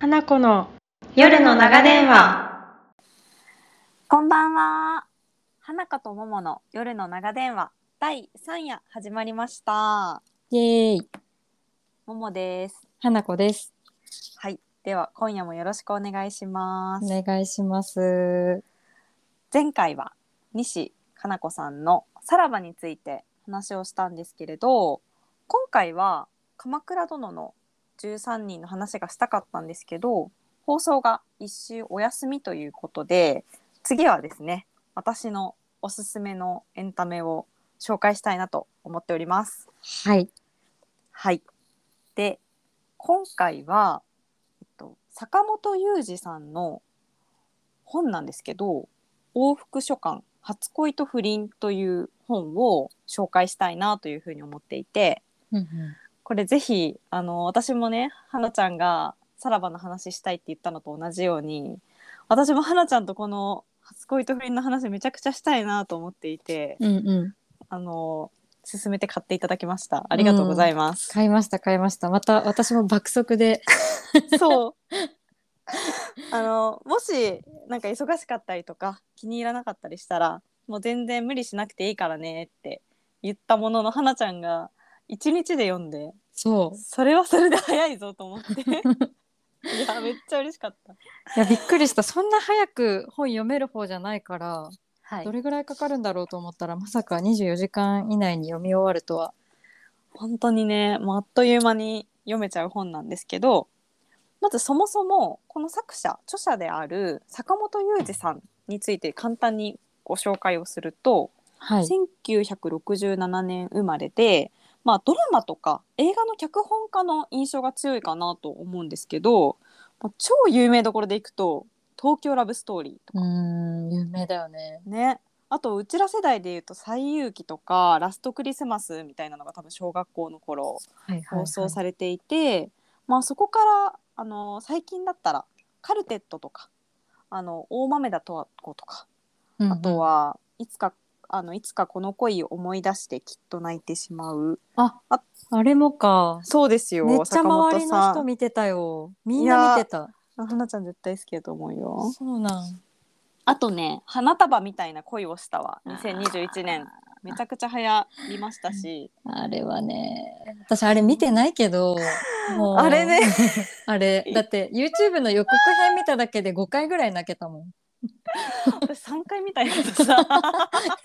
花子の夜の長電話。こんばんは。花子と桃の夜の長電話第3夜始まりました。イエーイ。桃です。花子です。はい。では今夜もよろしくお願いします。お願いします。前回は西かな子さんのさらばについて話をしたんですけれど、今回は鎌倉殿の13人の話がしたかったんですけど、放送が一周お休みということで、次はですね、私のおすすめのエンタメを紹介したいなと思っております。はい。はい。で、今回は、えっと、坂本雄二さんの本なんですけど、往復書簡、初恋と不倫という本を紹介したいなというふうに思っていて、これぜひ、あの、私もね、花ちゃんがさらばの話したいって言ったのと同じように、私も花ちゃんとこの初恋と不倫の話めちゃくちゃしたいなと思っていて、うんうん。あの、進めて買っていただきました。ありがとうございます。買いました買いました。また私も爆速で。 そう。あのもしなんか忙しかったりとか気に入らなかったりしたらもう全然無理しなくていいからねって言ったものの花ちゃんが1日で読んでそう。それはそれで早いぞと思って いやめっちゃ嬉しかった。いやびっくりした。そんな早く本読める方じゃないから、はどれぐらいかかるんだろうと思ったら、まさか24時間以内に読み終わるとは。本当にねもうあっという間に読めちゃう本なんですけどまずそもそもこの作者著者である坂本雄二さんについて簡単にご紹介をすると、はい。 1967年生まれで、まあ、ドラマとか映画の脚本家の印象が強いかなと思うんですけど、まあ、超有名どころでいくと「東京ラブストーリー」とうかん、有名だよね。ねあとうちら世代でいうと「西遊記」とか「ラストクリスマス」みたいなのが多分小学校の頃はいはい、放送されていて、まあ、そこからあの最近だったら「カルテット」とか「あの大豆田とわ子」とかうんうんあと。はいつかあのいつかこの恋を思い出してきっと泣いてしまうあ、ああれもか。そうですよめっちゃ坂周本りのさ人ん見てたよ。みんな見てた。花ちゃん絶対好きだと思うよそうなん。あとね「花束みたいな恋をしたわ」2021年めちゃくちゃ流行りました し あれはね、私あれ見てないけど、もうあれね。 あれ、だって YouTube の予告編見ただけで5回ぐらい泣けたもん。私3回みたいなことさや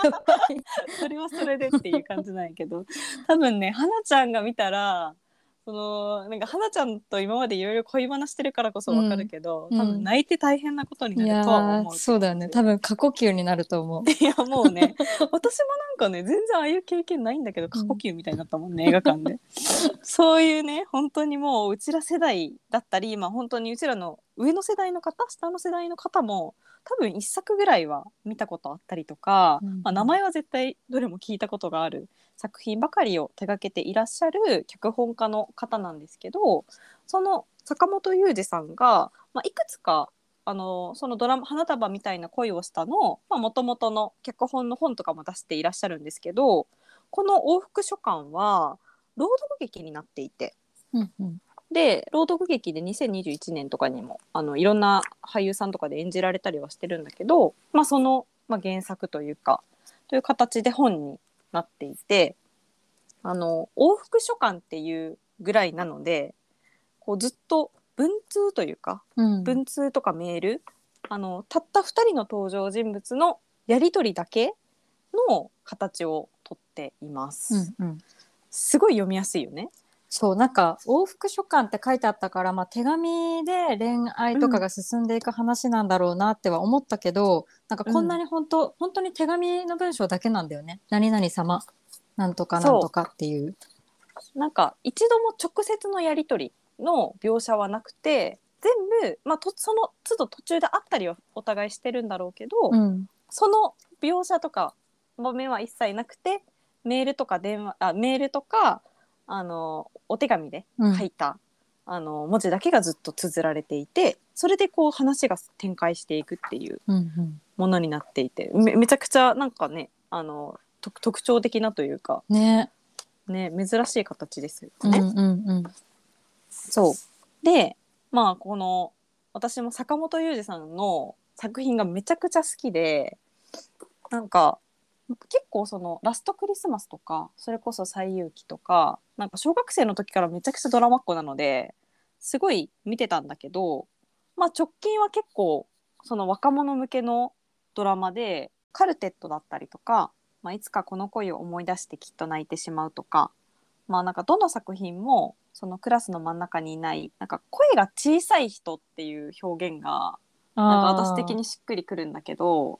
っぱり。それはそれでっていう感じなんやけど多分ね花ちゃんが見たらそのなんか花ちゃんと今までいろいろ恋話してるからこそわかるけど、うんうん多分 泣いて大変なことにいなやるとは思うー、そうだよね。多分過呼吸になると思う。いやもう ね私もなんかね全然ああいう経験ないんだけど過呼吸みたいになったもんね、映画館 でそういうね本当にもううちら世代だったり今本当にうちらの上の世代の方下の世代の方も多分一作ぐらいは見たことあったりとか、うんまあ、名前は絶対どれも聞いたことがある作品ばかりを手掛けていらっしゃる脚本家の方なんですけどその坂本雄二さんが、まあ、いくつかあのそのドラマ「花束みたいな恋をしたの」もともとの脚本の本とかも出していらっしゃるんですけどこの「往復書簡」は朗読劇になっていてうんうん。で朗読劇で2021年とかにもあのいろんな俳優さんとかで演じられたりはしてるんだけど、まあ、その、まあ、原作というかという形で本になっていてあの往復書簡っていうぐらいなのでこうずっと文通というかうん、文通とかメールあのたった2人の登場人物のやり取りだけの形をとっています、うんうん。すごい読みやすいよねそうなんか往復書簡って書いてあったから、まあ、手紙で恋愛とかが進んでいく話なんだろうなっては思ったけど、なんかこんなに本当、本当に手紙の文章だけなんだよね「何々様なんとかなんとか」っていう。なんか一度も直接のやり取りの描写はなくて全部、まあ、とその都度途中であったりはお互いしてるんだろうけど、うんその描写とか場面は一切なくてメールとか電話あメールとかあのお手紙でうん書いた、あの文字だけがずっと綴られていてそれでこう話が展開していくっていううんうんものになっていてめめちゃくちゃなんかねあのと特徴的なというか、ねね、珍しい形ですようんうね。んうんそうでまあこの私も坂本龍二さんの作品がめちゃくちゃ好きでなんか結構その「ラストクリスマス」とかそれこそ「西遊記」とかなんか小学生の時からめちゃくちゃドラマっ子なのですごい見てたんだけど、まあ、直近は結構その若者向けのドラマで「カルテット」だったりとか「まあ、いつかこの恋を思い出してきっと泣いてしまう」とかまあなんかどの作品もそのクラスの真ん中にいないなんか声が小さい人っていう表現がなんか私的にしっくりくるんだけど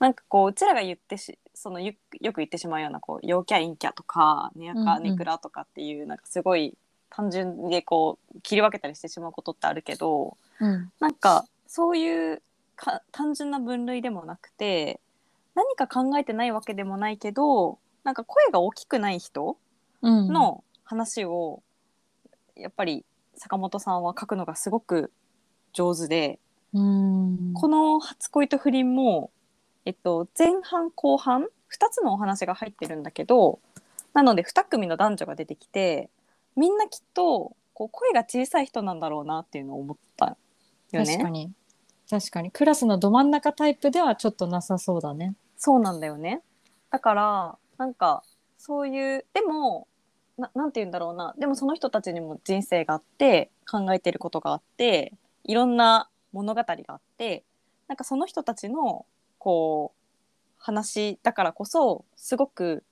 なんかこううちらが言ってしそのよよく言ってしまうようなこう陽キャ陰キャとかネアうんカうんネクラとかっていうなんかすごい単純でこう切り分けたりしてしまうことってあるけどうんなんかそういうか単純な分類でもなくて何か考えてないわけでもないけどなんか声が大きくない人うんの話をやっぱり坂本さんは書くのがすごく上手で、うんこの「初恋と不倫も」えっと、前半後半2つのお話が入ってるんだけどなので2組の男女が出てきてみんなきっとこう声が小さい人なんだろうなっていうのを思ったよ確かね。に確かにクラスのど真ん中タイプではちょっとなさそうだね。そうなんだよねだからなんかそういうでもななんて言うんだろうなでもその人たちにも人生があって考えてることがあっていろんな物語があってなんかその人たちのこう話だからこそすごく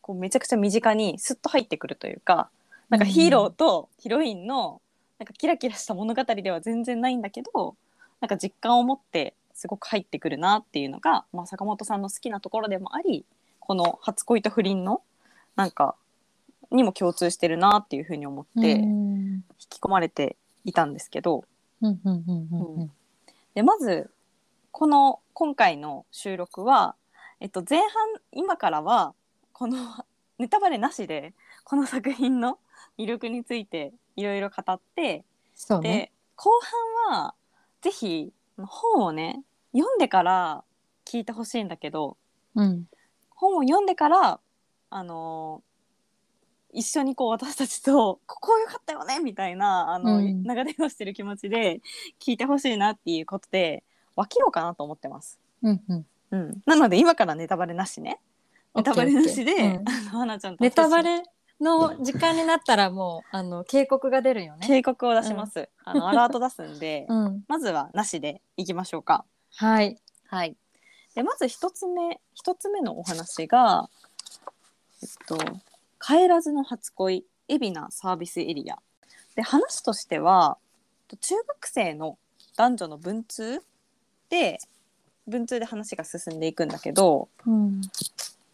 こうめちゃくちゃ身近にスッと入ってくるというかなんかヒーローとヒロインのなんかキラキラした物語では全然ないんだけどなんか実感を持ってすごく入ってくるなっていうのが、まあ、坂本さんの好きなところでもありこの「初恋と不倫の」なんかにも共通してるなっていうふうに思ってう引んき込まれていたんですけど、うんうんうんうんうんでまずこの今回の収録は、えっと、前半今からはこのネタバレなしでこの作品の 魅力についていろいろ語ってそうね。で後半はぜひ本をね読んでから聞いてほしいんだけどうん本を読んでからあのー一緒にこう私たちと「ここよかったよね」みたいなあの、うん長電話してる気持ちで聞いてほしいなっていうことで分けようかなと思ってます。うんうん。うん、なので今からネタバレなしね。ネタバレなしで、オッケーオッケーうんあの花ちゃんと私ネタバレの時間になったらもうあの警告が出るよね。警告を出します。あのアラート出すんで、うん、まずはなしでいきましょうか。はい。はい。でまず一つ目一つ目のお話が、えっと帰らずの初恋海老名サービスエリアで話としてはえっと中学生の男女の文通で文通で話が進んでいくんだけどうん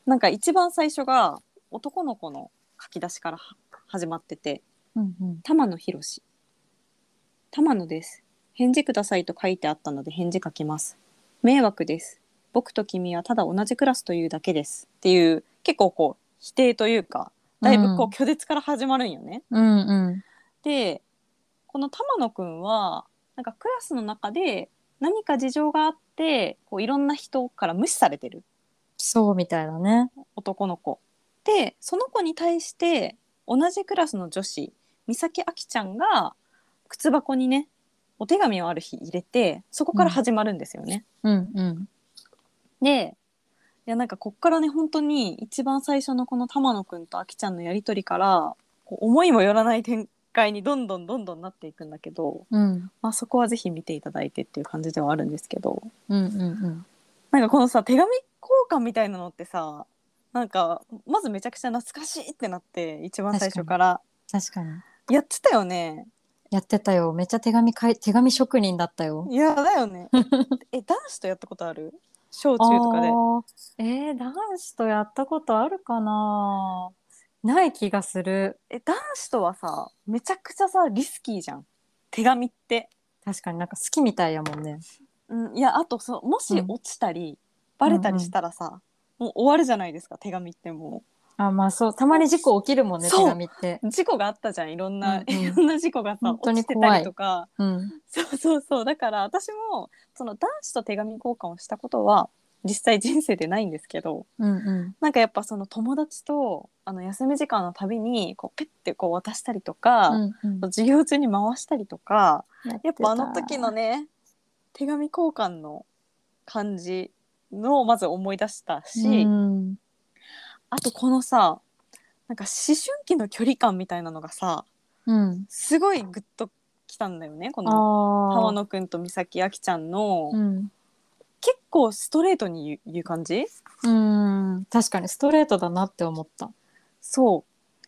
なんか一番最初が男の子の書き出しからは始まっててうんうん玉野博士玉野です返事くださいと書いてあったので返事書きます迷惑です僕と君はただ同じクラスというだけですっていう結構こう否定というかだいぶこう拒絶から始まるんよね、うんうんでこの玉野くんはなんかクラスの中で何か事情があってこういろんな人から無視されてるそうみたいだね。男の子でその子に対して同じクラスの女子美咲あきちゃんが靴箱にねお手紙をある日入れてそこから始まるんですよね。うんうんでいやなんかこっからね本当に一番最初のこの玉野くんとあきちゃんのやり取りからこう思いもよらない展開にどんどんどんどんなっていくんだけど、うんまあ、そこはぜひ見ていただいてっていう感じではあるんですけどうんうんなんかこのさ手紙交換みたいなのってさなんかまずめちゃくちゃ懐かしいってなって一番最初から確かにやってたよねやってたよ。めっちゃ手紙かい手紙職人だったよ。いやだよ ねえ男子とやったことある小中とかであーえー男子とやったことあるかなない気がするえ男子とはさめちゃくちゃさリスキーじゃん手紙って、確かになんか好きみたいやもんねうん、いやあとそうもしうん落ちたり、バレたりしたらさ、もう終わるじゃないですか手紙ってもあまあそうたまに事故起きるもんね手そう紙ってう事故があったじゃんいろんな、うんうんいろんな事故がさ本当落にちて怖いたりとかうんそうそうそうだから私もその男子と手紙交換をしたことは実際人生でないんですけどうんうんなんかやっぱその友達とあの休み時間のたびにこうペッてこう渡したりとか、うんうん授業中に回したりとかやっぱあの時のねね手紙交換の感じのをまず思い出したし、うんあとこのさなんか思春期の距離感みたいなのがさうん、すごいグッときたんだよねこあのー浜野くんと美咲あきちゃんの、うん結構ストレートに言う言う感じうん確かにストレートだなって思った。そう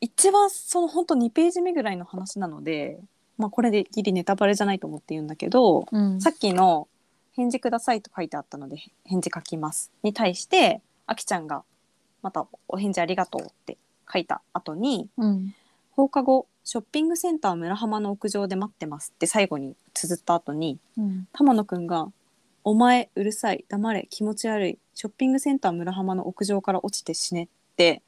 一番その本当2ページ目ぐらいの話なので、まあ、これでギリネタバレじゃないと思って言うんだけど、うんさっきの「返事ください」と書いてあったので「返事書きます」に対してあきちゃんが「またお返事ありがとう」って書いた後にうん放課後「ショッピングセンター村浜の屋上で待ってます」って最後に綴った後にうん玉野くんが「お前うるさい黙れ気持ち悪いショッピングセンター村浜の屋上から落ちて死ね」って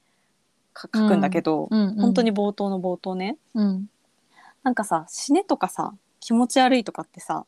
か書くんだけど、うん、本当に冒頭の冒頭ねうんなんかさ死ねとかさ気持ち悪いとかってさ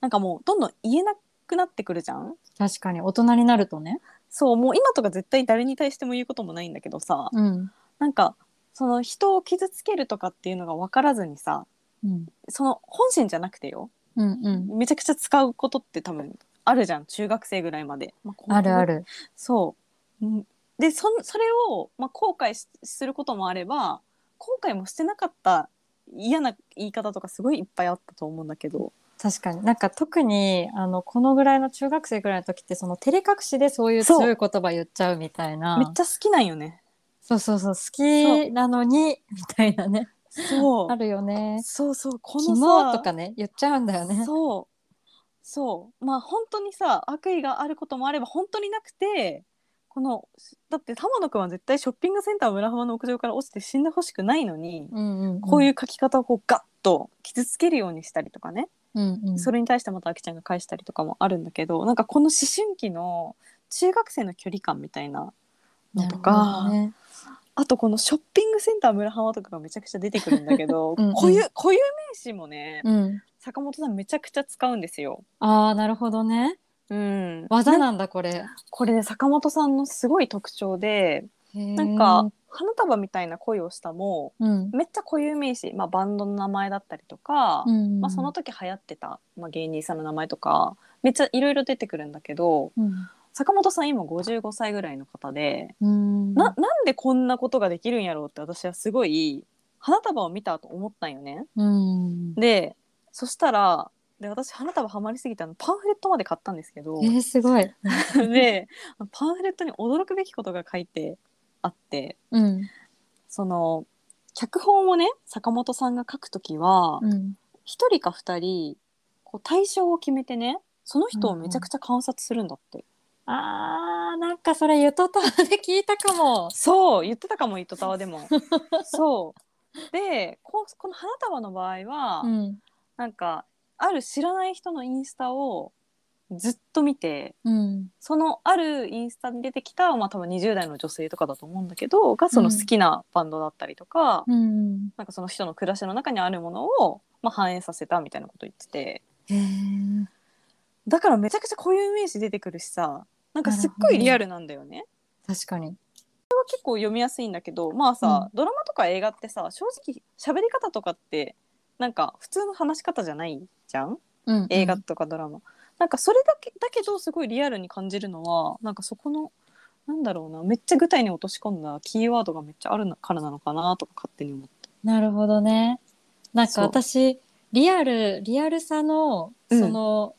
なんかもうどんどん言えなくなってくるじゃん確かに大人になるとね。そうもう今とか絶対誰に対しても言うこともないんだけどさうんなんかその人を傷つけるとかっていうのが分からずにさうんその本心じゃなくてようんうん、めちゃくちゃ使うことって多分あるじゃん中学生ぐらいまで、まああるある。そううんでそんそれを、まあ、後悔しすることもあれば後悔もしてなかった嫌な言い方とかすごいいっぱいあったと思うんだけど確かになんか特にあのこのぐらいの中学生ぐらいの時ってその照れ隠しでそういう強い言葉言っちゃうみたいなめっちゃ好きなんよね。そうそうそう好きなのにみたいなねそ あるよね。そうそうこキモとかね言っちゃうんだよね。そうそうまあ本当にさ悪意があることもあれば本当になくてこのだって玉野くんは絶対ショッピングセンター村浜の屋上から落ちて死んでほしくないのに、うんうんうん、こういう書き方をこうガッと傷つけるようにしたりとかねうんうん、それに対してまたあきちゃんが返したりとかもあるんだけどなんかこの思春期の中学生の距離感みたいなのとなるほか、どねあとこのショッピングセンター村浜とかがめちゃくちゃ出てくるんだけど うんうん固有固有名詞もねうん、坂本さんめちゃくちゃ使うんですよ。ああなるほどねうん、技ななんだこれ。これね坂本さんのすごい特徴でななんか、花束みたいな恋をしたもうんめっちゃ固有名詞、まあ、バンドの名前だったりとか、うんまあ、その時流行ってた、まあ、芸人さんの名前とかめっちゃいろいろ出てくるんだけどうん坂本さん今55歳ぐらいの方でうん、ななんでこんなことができるんやろうって私はすごい花束を見たと思ったんよね。うん、でそしたらで私花束ハマりすぎてあのパンフレットまで買ったんですけどえー、すごい。でパンフレットに驚くべきことが書いてあってうんその脚本をね坂本さんが書くときはうん一、人か二人こう対象を決めてねその人をめちゃくちゃ観察するんだって。あーなんかそれゆとたわで聞いたかも。そう言ってたかも糸タワでもそうでここの花束の場合は、うんなんかある知らない人のインスタをずっと見てうんそのあるインスタに出てきた、まあ、多分20代の女性とかだと思うんだけどがその好きなバンドだったりとか、うん。なんかその人の暮らしの中にあるものを、まあ、反映させたみたいなこと言っててへーだからめちゃくちゃこういう名詞出てくるしさなんかすっごいリアルなんだよね。確かに。結構読みやすいんだけどまあさ、ドラマとか映画ってさ正直喋り方とかってなんか普通の話し方じゃないじゃんうんうん映画とかドラマ、なんかそれだけだけどすごいリアルに感じるのはなんかそこのなんだろうなめっちゃ具体に落とし込んだキーワードがめっちゃあるなからなのかなとか勝手に思っなるほどね。なんそかう私リアルリアルさのうんその、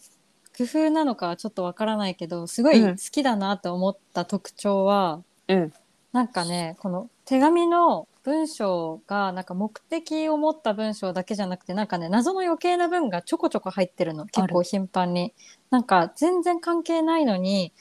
工夫なのかはちょっとわからないけどすごいうん好きだなと思った特徴は、た。うんなんかねこの手紙の文章がなんか目的を持った文章だけじゃなくてなんかね謎の余計な文がちょこちょこ入ってるの結構頻繁になんか全然関係ないのに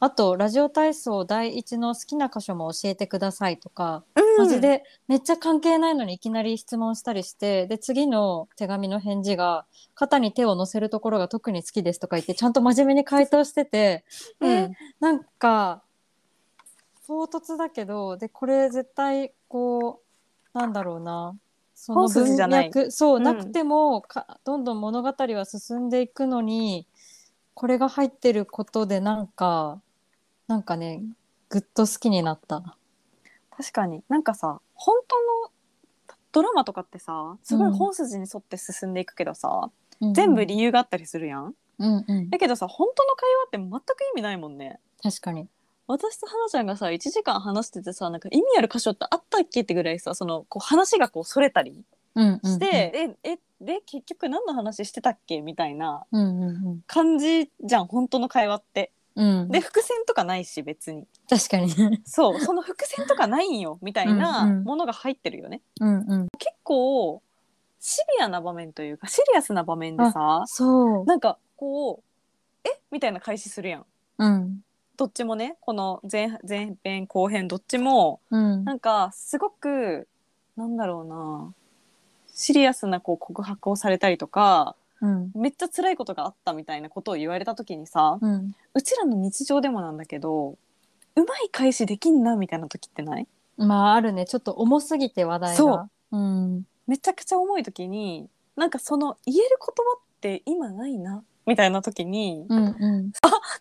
あと「ラジオ体操第一の好きな箇所も教えてください」とか、マジでめっちゃ関係ないのにいきなり質問したりしてで次の手紙の返事が「肩に手を乗せるところが特に好きです」とか言ってちゃんと真面目に回答してて、うんえなんか唐突だけどでこれ絶対こうなんだろうなその本筋じゃないそう、うんなくてもかどんどん物語は進んでいくのにこれが入ってることでなんかなんかねぐっと好きになった。確かになんかさ本当のドラマとかってさすごい本筋に沿って進んでいくけどさ、全部理由があったりするやんうんうん、だけどさ本当の会話って全く意味ないもんね確かに。私と花ちゃんがさ1時間話しててさなんか意味ある箇所ってあったっけってぐらいさそのこう話がこうそれたりうんうん、して、ええで結局何の話してたっけみたいなうんうん感じじゃん本当の会話って。うん、うん、で伏線とかないし別に確かに。 そうその伏線とかないんよみたいなうんうんものが入ってるよね。うんうん、結構シビアな場面というかシリアスな場面でさそう。なんかこう「えみたいな開始するやん。うんどっちもねこの前前編後編どっちもうんなんかすごくなんだろうなシリアスなこう告白をされたりとかうんめっちゃ辛いことがあったみたいなことを言われた時にさうん、うちらの日常でもなんだけどうまい返しできんなみたいな時ってないまああるねちょっと重すぎて話題が。。そううん、めちゃくちゃ重い時になんかその言える言葉って今ないなみたいな時に、うんうん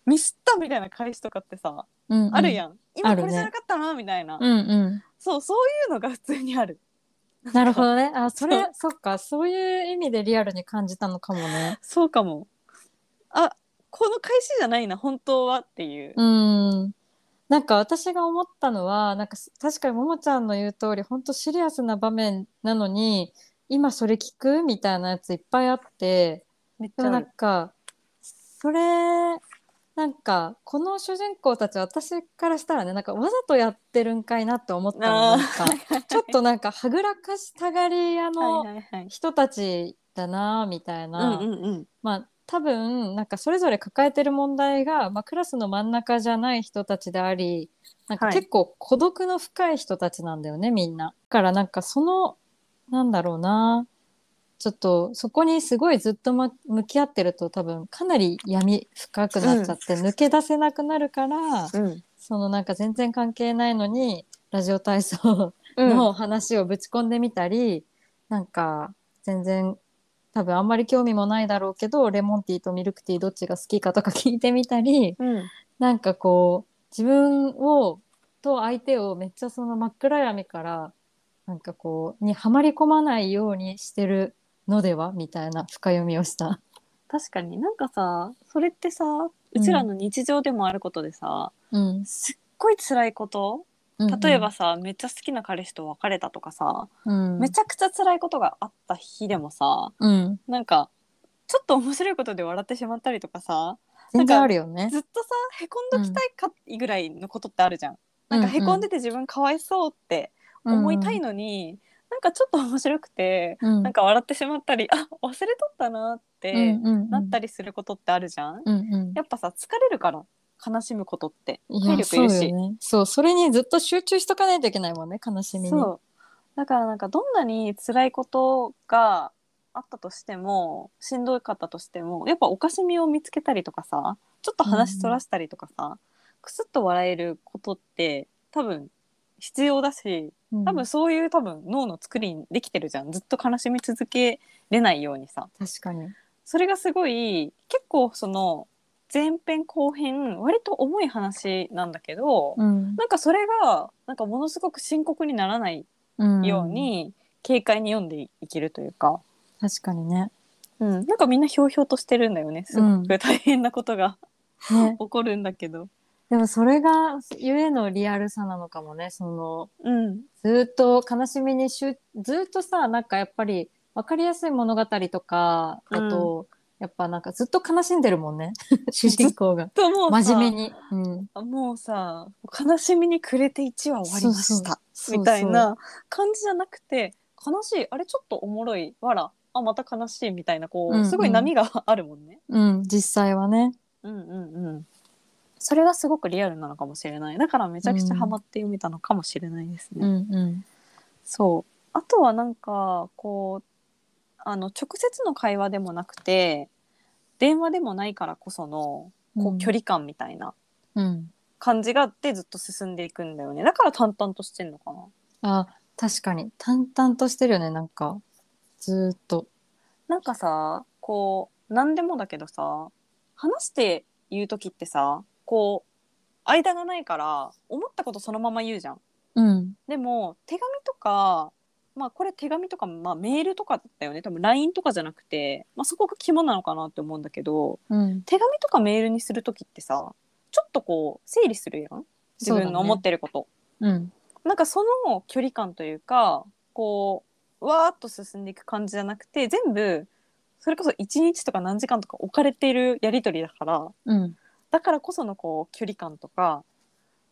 ミスったみたいな返しとかってさ、うんうん、あるやん今あるねこれじゃなかったなみたいな、うんうん。そうそういうのが普通にあるなるほどね。あ、それ、そっか、そういう意味でリアルに感じたのかもね。そうかもあこの返しじゃないな本当はっていう、うん。なんか私が思ったのは、なんかす確かにももちゃんの言う通り、本当シリアスな場面なのに、今それ聞くみたいなやついっぱいあって、めっでもなんか、それ、なんか、この主人公たち、私からしたらね、なんかわざとやってるんかいなって思ったあーの。なんか、 ちょっとなんか、はぐらかしたがり屋はいのはいはい人たちだな、みたいな。うんうんうんまあ多分なんかそれぞれ抱えてる問題が、まあ、クラスの真ん中じゃない人たちでありなんかはい結構孤独の深い人たちなんだよね、みんな。だからなんかそのなんだろうなちょっとそこにすごいずっと、ま、向き合ってると多分かなり闇深くなっちゃって、抜け出せなくなるからうんそのなんか全然関係ないのにラジオ体操の話をぶち込んでみたり、なんか全然多分あんまり興味もないだろうけどレモンティーとミルクティーどっちが好きかとか聞いてみたりうんなんかこう自分をと相手をめっちゃその真っ暗闇からなんかこうにはまり込まないようにしてるのではみたいな深読みをした。確かになんかさそれってさうちらの日常でもあることでさ、うん、すっごい辛いこと例えば、さ、めっちゃ好きな彼氏と別れたとかさ、うん、めちゃくちゃ辛いことがあった日でもさうん、なんかちょっと面白いことで笑ってしまったりとかさ全然あるよね。ずっとさへこんどきたいかいぐらいのことってあるじゃん。なんかへこんでて自分かわいそうって思いたいのに、なんかちょっと面白くて、うん、なんか笑ってしまったりあ忘れとったなってなったり、りすることってあるじゃん。うんうん、やっぱさ疲れるから悲しむことってい体や力いるそうしよね、そうそれにずっと集中しとかないといけないもんね悲しみにそうだからなんかどんなに辛いことがあったとしてもしんどかったとしてもやっぱおかしみを見つけたりとかさちょっと話そらしたりとかさ、くすっと笑えることって多分必要だしうん多分そういう多分脳の作りにできてるじゃんずっと悲しみ続けれないようにさ確かにそれがすごい結構その前編後編割と重い話なんだけど、うんなんかそれがなんかものすごく深刻にならないように軽快に読んでいけるというか、確かにねうん、なんかみんなひょうひょうとしてるんだよねすごく大変なことがね起こるんだけど、でもそれがゆえのリアルさなのかもねそのうん、ずっと悲しみにしゅずっとさなんかやっぱり分かりやすい物語とかだと、やっぱなんかずっと悲しんでるも んね主人公がともうさ真面目に、うん、もうさ悲しみに暮れて1話終わりましたそうそうそうそうみたいな感じじゃなくて悲しいあれちょっとおもろいわらあまた悲しいみたいなこう、うんうんすごい波があるもんね。うん、実際はねうんうんうんそれがすごくリアルなのかもしれないだからめちゃくちゃハマって読めたのかもしれないですね。うんうんそうあとはなんかこうあの直接の会話でもなくて電話でもないからこそのこう距離感みたいなうん感じがあってずっと進んでいくんだよねだから淡々としてんのかなあ確かに淡々としてるよねなんかずーっとなんかさこう何でもだけどさ話して言う時ってさこう間がないから思ったことそのまま言うじゃん。うん。でも手紙とかまあこれ手紙とか、まあ、メールとかだよね多分 LINE とかじゃなくて、まあ、そこが肝なのかなって思うんだけどうん。手紙とかメールにする時ってさちょっとこう整理するやん自分の思ってること。うん。なんかその距離感というかこうわーっと進んでいく感じじゃなくて全部それこそ1日とか何時間とか置かれているやり取りだからうん。だからこそのこう距離感とか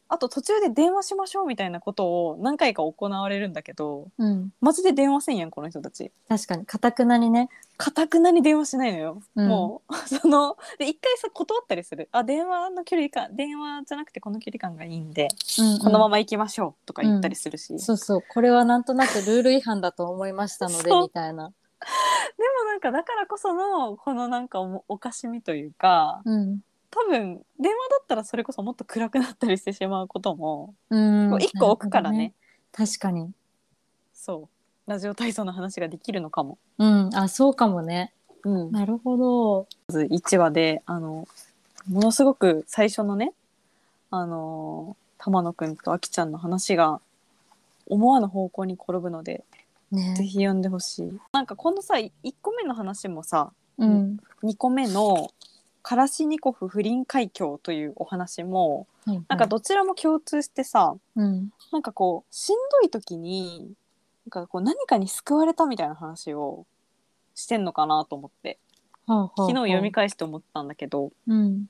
あと途中で電話しましょうみたいなことを何回か行われるんだけどうん。マジで電話せんやんこの人たち。確かに、かたくなにね。かたくなに電話しないのよ、うんもう そので一回さ断ったりするあ電話の距離感電話じゃなくてこの距離感がいいんで、うん、このまま行きましょうとか言ったりするし、そうそう。これはなんとなくルール違反だと思いましたので、そうみたいな。でもなんかだからこそのこのなんかおおかしみというかうん。多分電話だったらそれこそもっと暗くなったりしてしまうこともうこん。う一個置くからね,、なるほどね。確かに。そうラジオ体操の話ができるのかも。うん。あ、そうかもね。うん、まなるほど。ず1話であのものすごく最初のねあの玉野くんとあきちゃんの話が思わぬ方向に転ぶので、ねぜ。ひ読んでほしい。なんかこのさ1個目の話もさうん。 2個目のカラシニコフ不倫海峡というお話もなんかどちらも共通してさうん。なんかこうしんどい時になんかこう何かに救われたみたいな話をしてんのかなと思ってはあはあ昨日読み返して思ったんだけどうん。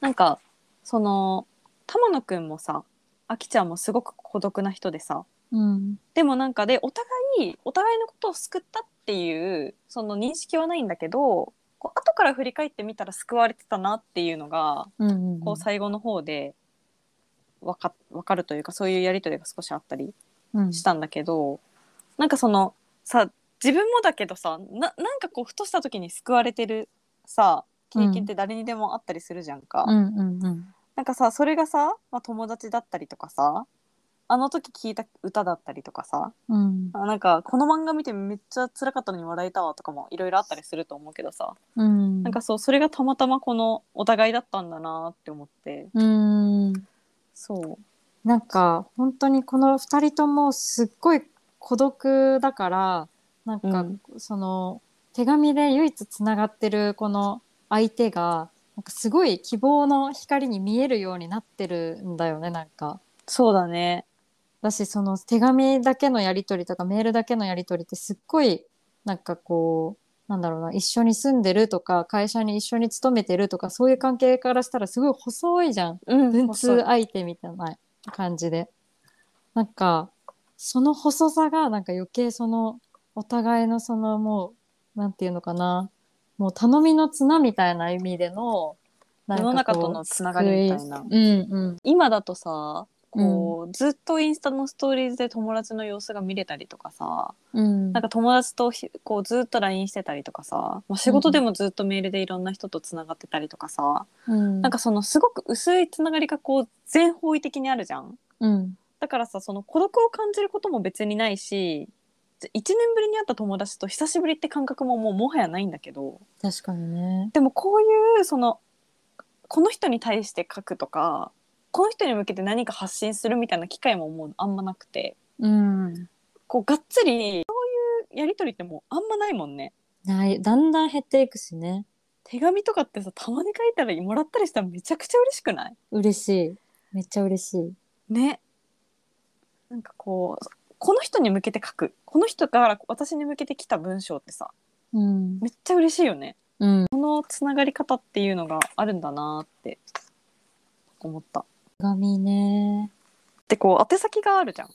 なんかその玉野くんもさあきちゃんもすごく孤独な人でさうん。でもなんかでお互いお互いのことを救ったっていうその認識はないんだけどこう後から振り返ってみたら救われてたなっていうのがうん。こう最後の方でわかわかるというかそういうやり取りが少しあったりうんしたんだけど、なんかそのさ自分もだけどさななんかこうふとした時に救われてるさ経験って誰にでもあったりするじゃんか、うんうんうん。なんかさそれがさ、まあ、友達だったりとかさあの時聞いた歌だったりとかさうん。あなんかこの漫画見てめっちゃ辛かったのに笑えたわとかもいろいろあったりすると思うけどさ、うん。なんかそうそれがたまたまこのお互いだったんだなって思ってうん。そうなんか本当にこの2人ともすっごい孤独だからなんかその手紙で唯一つながってるこの相手がなんかすごい希望の光に見えるようになってるんだよねなんか。そうだねだしその手紙だけのやり取りとかメールだけのやり取りってすっごいなんかこうなんだろうな一緒に住んでるとか会社に一緒に勤めてるとかそういう関係からしたらすごい細いじゃん。うん文細通い相手みたいな感じでなんかその細さがなんか余計そのお互いのそのもうなんていうのかなもう頼みの綱みたいな意味でのな世んかこの中とうのつながりみたいな救いうんうん今だとさこう、ずっとインスタのストーリーズで友達の様子が見れたりとかさうんなんか友達とひこうずっと LINE してたりとかさ、まあ、仕事でもずっとメールでいろんな人とつながってたりとかさ、うんなんかそのすごく薄いつながりがこう全方位的にあるじゃん。うんだからさその孤独を感じることも別にないし1年ぶりに会った友達と久しぶりって感覚ももうもはやないんだけど確かにねでもこういうそのこの人に対して書くとかこの人に向けて何か発信するみたいな機会ももうあんまなくてうんこうがっつりそういうやり取りってもうあんまないもんねないだんだん減っていくしね手紙とかってさたまに書いたらもらったりしたらめちゃくちゃ嬉しくない嬉しいめっちゃ嬉しいねなんかこうこの人に向けて書くこの人から私に向けてきた文章ってさうんめっちゃ嬉しいよねうんこのつながり方っていうのがあるんだなーって思った手紙ねでこう宛先があるじゃん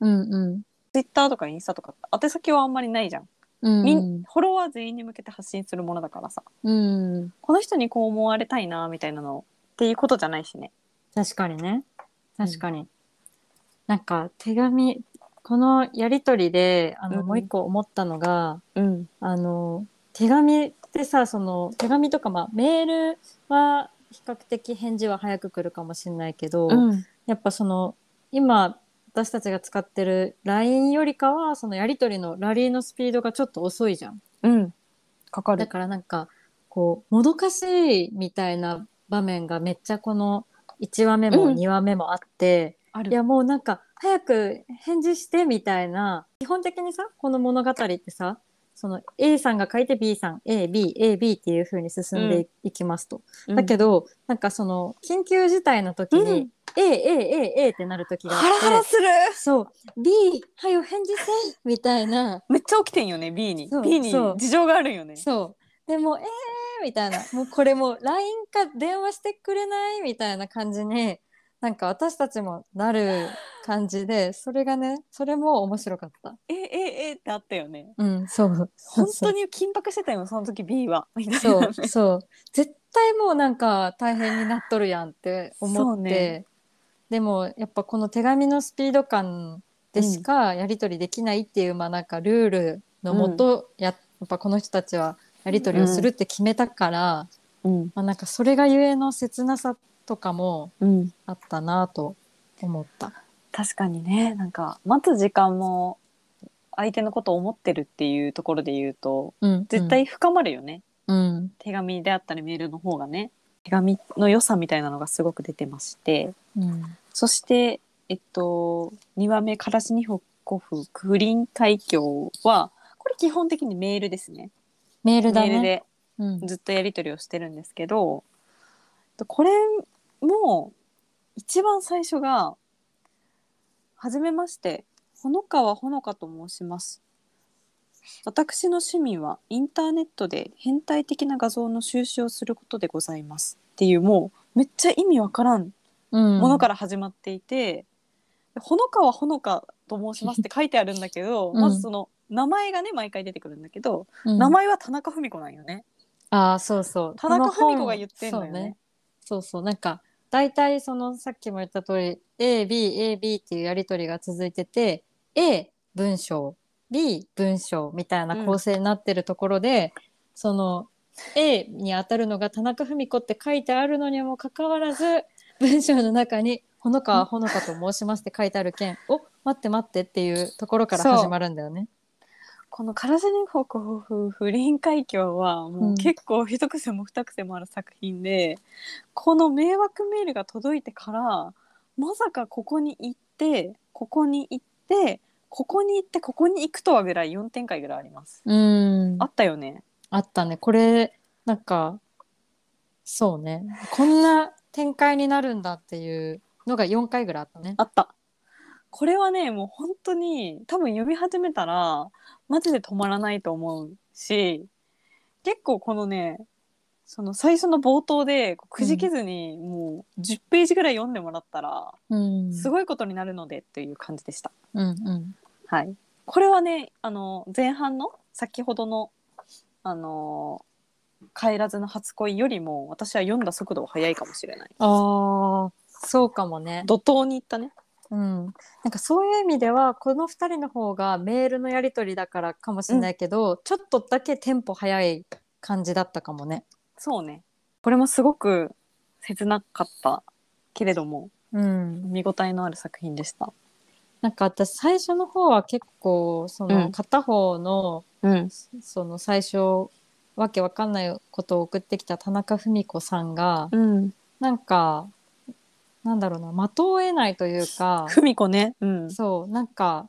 うんうんツイッターとかインスタとかって宛先はあんまりないじゃん、うんみんフォロワー全員に向けて発信するものだからさうんこの人にこう思われたいなみたいなのっていうことじゃないしね確かにね確かに、なんか手紙このやり取りであうの、んもう一個思ったのがうんあの手紙ってさその手紙とか、まあ、メールは比較的返事は早く来るかもしれないけど、うんやっぱその今私たちが使ってる LINE よりかはそのやり取りのラリーのスピードがちょっと遅いじゃん。うんかかるだからなんかここうもどかしいみたいな場面がめっちゃこの1話目もうん2話目もあって、あいやもうなんか早く返事してみたいな基本的にさこの物語ってさその A さんが書いて B さん ABAB っていう風に進んでい,、きますと。だけど、ど、なんかその緊急事態の時うにん AAAA ってなる時があっハてラハラするそう B はよ返事せみたいなめっちゃ起きてんよね B にそう B にそう事情があるよねそうでもえーみたいなもうこれもう LINE か電話してくれないみたいな感じになんか私たちもなる感じでそれがねそれも面白かったええええってあったよねうんそう本当に緊迫してたよその時 B はみたいなそう ねそう絶対もうなんか大変になっとるやんって思そっうて、ねでもやっぱこの手紙のスピード感でしかやり取りできないっていう、まあなんかルールのもと、ややっぱこの人たちはやり取りをするって決めたから、うんまあなんかそれがゆえの切なさとかもうんあったなと思った。確かにねなんか待つ時間も相手のことを思ってるっていうところで言うとうん、絶対深まるよね、うん、手紙であったりメールの方がね手紙の良さみたいなのがすごく出てましてうん、そしてえっと2話目カラシニホコフクリン海峡はこれ基本的にメールですねメールだメールね。でうん、ずっとやり取りをしてるんですけどこれも一番最初が「はじめましてほのかはほのかと申します」私の趣味はインターネットで変態的な画像の収集をすることでございますっていうもうめっちゃ意味わからんうん、ものから始まっていて「ほのかはほのかと申します」 って書いてあるんだけど、うんまずその名前がね毎回出てくるんだけど、うん名前は田中文子なんよね。ああそうそう田中この本文子が言ってんのよね。そうそうなんか大体そのさっきも言った通り ABAB っていうやり取りが続いてて A 文章 B 文章みたいな構成になってるところで、その A に当たるのが田中文子って書いてあるのにもかかわらず文章の中に「ほのかはほのかと申します」って書いてある件「お待って待って」っていうところからそう始まるんだよね。この「カラジニフォコフ不倫海峡」はうもんう結構一癖も二癖もある作品で、この迷惑メールが届いてからまさかここに行ってここに行ってここに行ってここに行くとはぐらい4展開ぐらいあります。うんあったよね。あったね。これ、なんか、そうね。こんな展開になるんだっていうのが4回ぐらいあったね。あった。これはねもう本当に多分読み始めたらマジで止まらないと思うし結構このねその最初の冒頭でこうくじけずにもう10ページぐらい読んでもらったらうんすごいことになるのでっていう感じでした。うんうん。はい、これはねあの前半の先ほどのあの帰らずの初恋よりも私は読んだ速度は速いかもしれない。ああ、そうかもね。怒涛に行ったね。うん。なんかそういう意味では、この2人の方がメールのやり取りだからかもしれないけど、ちょっとだけテンポ早い感じだったかもね。そうね。これもすごく切なかったけれどもうん。見応えのある作品でした。なんか私最初の方は結構、そうのん片方の、うん。その最初わけわかんないことを送ってきた田中文子さんがうん。なんかなんだろうな的を得ないというか ふみこね。うん。そうなんか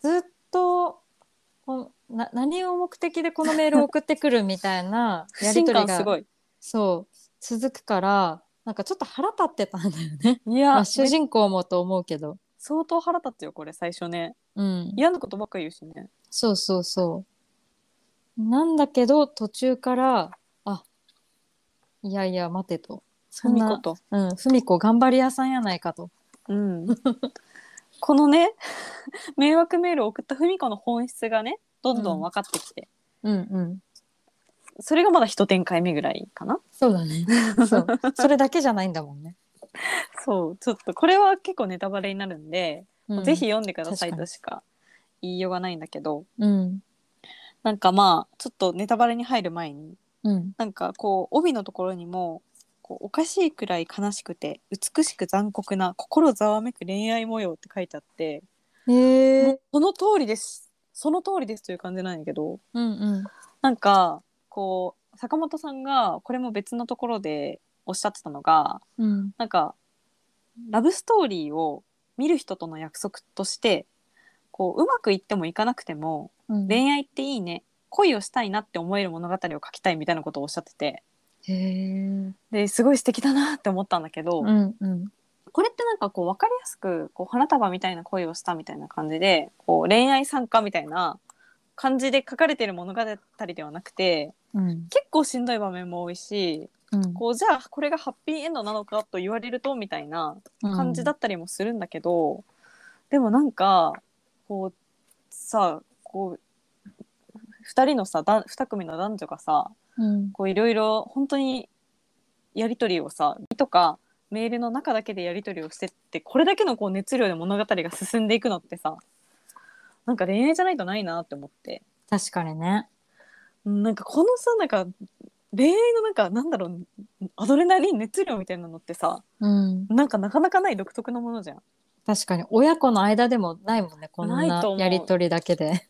ずっとこんな何を目的でこのメールを送ってくるみたいな 不やり信取り感すがごい。そう続くからなんかちょっと腹立ってたんだよね。いまやあ、、主人公もと思うけど。相当腹立つよこれ最初ね。うん、嫌なことばっかり言うしね。そうそうそう。なんだけど途中からあいやいや待てと。そふんみなこと。うん、ふみこ頑張り屋さんやないかと。うん、このね 迷惑メールを送った文子の本質がねどんどん分かってきて、うんうん。それがまだ一展開目ぐらいかなそうだ ね。そう。それだけじゃないんだもんね。そうちょっとこれは結構ネタバレになるんで、うんぜひ。読んでください確かとしか言いようがないんだけどうん。なんかまあちょっとネタバレに入る前にうん。なんかこう帯のところにもこうおかしいくらい悲しくて美しく残酷な心ざわめく恋愛模様って書いてあって、へもえう。その通りですその通りですという感じなんやけど、うんうん。なんかこう坂本さんがこれも別のところでおっしゃってたのがうんなんかラブストーリーを見る人との約束としてこううまくいってもいかなくてもうん恋愛っていいね恋をしたいなって思える物語を書きたいみたいなことをおっしゃっててへえですごい素敵だなって思ったんだけど、うんうんこれってなんかこう分かりやすくこう花束みたいな恋をしたみたいな感じでこう恋愛参加みたいな感じで書かれてる物語ではなくてうん結構しんどい場面も多いしうんこうじゃあこれがハッピーエンドなのかと言われるとみたいな感じだったりもするんだけど、でもなんかこうさこう2人のさだ2組の男女がさうんこういろいろ本当にやり取りをさ美とかメールの中だけでやり取りをしてってこれだけのこう熱量で物語が進んでいくのってさなんか恋愛じゃないとないなって思って確かにねうんなんかこのさなんか恋愛のなんかなんだろうアドレナリン熱量みたいなのってさうんなんかなかなかない独特なものじゃん。確かに親子の間でもないもんねこんないなと思うやり取りだけで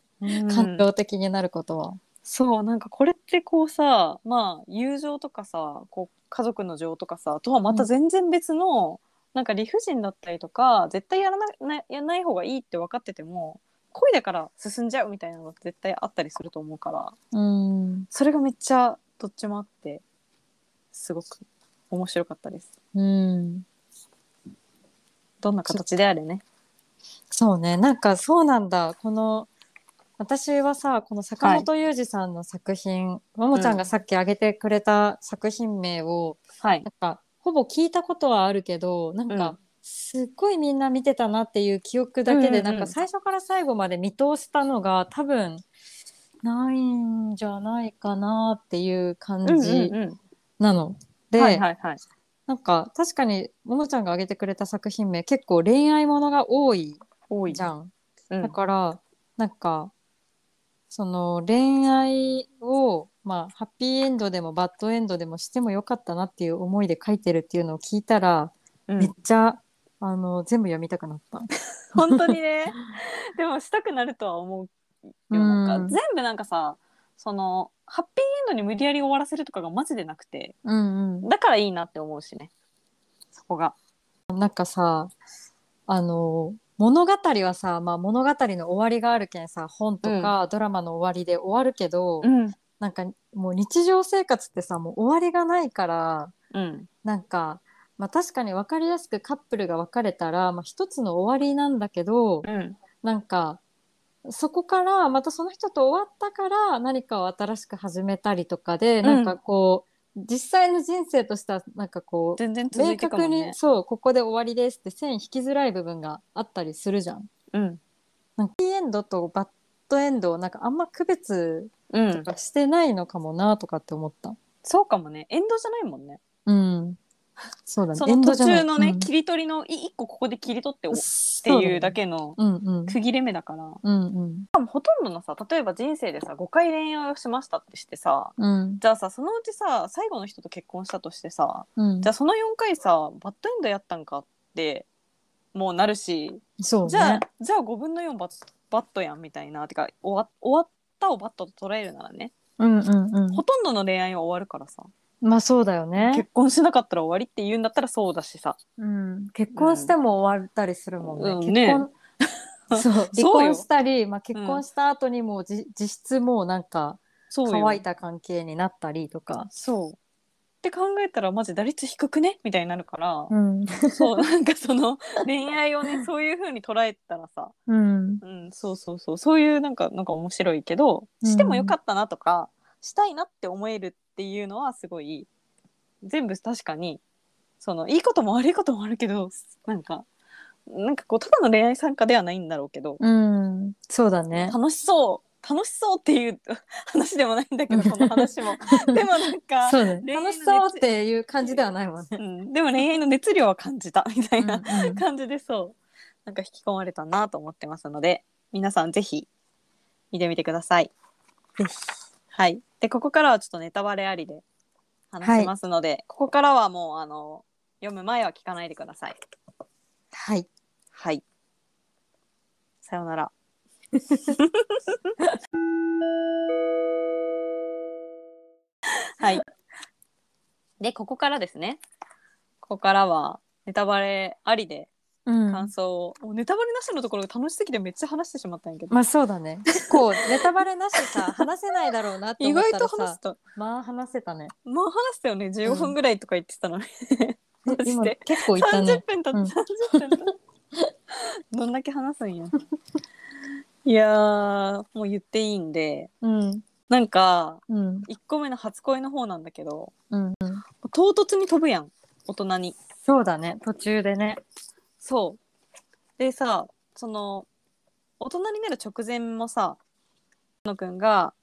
感動的になることはそうなんかこれってこうさまあ友情とかさこう家族の情とかさとはまた全然別の、なんか理不尽だったりとか絶対やらななやらない方がいいって分かってても恋だから進んじゃうみたいなのって絶対あったりすると思うからうんそれがめっちゃどっちもあってすごく面白かったです。うんどんな形であれね。そうねなんかそうなんだこの私はさこの坂本雄二さんの作品、ももちゃんがさっき挙げてくれた作品名を、はいなんかほぼ聞いたことはあるけどなんうんかすっごいみんな見てたなっていう記憶だけで、うんうんうんなんか最初から最後まで見通したのが多分ないんじゃないかなっていう感うんじうんうんなの。で、はいはいはい。なんか確かにももちゃんが挙げてくれた作品名結構恋愛ものが多い多いじゃん。うんだからなんかその恋愛をまあハッピーエンドでもバッドエンドでもしてもよかったなっていう思いで書いてるっていうのを聞いたら、うんめっちゃあの全部読みたくなった。 本当にねでもしたくなるとは思うよなんうかん全部なんかさそのハッピーエンドに無理やり終わらせるとかがマジでなくてうんだからいいなって思うしねそこがうん、なんかさあの物語はさ、まあ、物語の終わりがあるけんさ本とかドラマの終わりで終わるけど、うんなんかもう日常生活ってさもう終わりがないからうんなんか、まあ、確かに分かりやすくカップルが別れたら、まあ、一つの終わりなんだけどうんなんかそこからまたその人と終わったから何かを新しく始めたりとかで、んなんかこう実際の人生としてはなんかこう全然続明いてくも確んねにそうここで終わりですって線引きづらい部分があったりするじゃん。うんなんかハッピーエンドとバッドエンドをなんかあんま区別うんとかしてないのかもなとかって思った。そうかもねエンドじゃないもんねうん。そうだね。そエのンド途じゃない中のね、うん切り取りのい一個ここで切り取っておっっていうだ。けのうんうん。区切れ目だからうんうん。ほとんどのさ例えば人生でさ5回恋愛をしましたってしてさうんじゃあさそのうちさ最後の人と結婚したとしてさうんじゃあその4回さバッドエンドやったんかってもうなるし、そうね。じゃあじゃあ5分の4バッバットやんみたいなてか終わ終わったをバットと捉えるならね、うんうんうん。ほとんどの恋愛は終わるからさまあそうだよね結。婚しなかったら終わりって言うんだったらそうだしさうん。結婚しても終わったりするもんうんね。結ね婚。 そう離そうよ婚したり、まあ、結婚した後にもうじ、実質もうなんかそうよ乾いた関係になったりとか、そうって考えたらマジ打率低くねみたいになるから、 んそうなんかその恋愛をねそういう風に捉えたらさうん、うん、そうそうそうそういうなんかなんか面白いけどしてもよかったなとか、したいなって思えるっていうのはすごい全部確かにそのいいことも悪いこともあるけどなんかなんかこうただの恋愛参加ではないんだろうけど、うん、そうだね。楽しそう楽しそうっていう 話でもないんだけどこの話 もでもなんか、そうね恋愛の楽熱しそうっていう感じではないもんね。うん、でも恋愛の熱量は感じたみたいな うんうん感じでそうなんか引き込まれたなと思ってますので皆さんぜひ見てみてください。ぜひはい、でここからはちょっとネタバレありで話しますので、ここからはもうあの読む前は聞かないでください。はい。はいさようなら。はい。で、ここからですね。ここからは、ネタバレありでうん感想を、もうネタバレなしのところが楽しすぎてめっちゃ話してしまったんやけど、まあそうだね結構ネタバレなし さ話せないだろうなって意思っ外とたら話さしたまあ話せたねまあ話したよね15うん分ぐらいとか言ってたのに、えマジ今で結構いった30ね分経っうんた30分経ったどんだけ話すんやいやーもう言っていいんでうんなんかうん1個目の初恋の方なんだけどうん唐突に飛ぶやん大人にそうだね途中でねそうでさその大人になる直前もさのくんが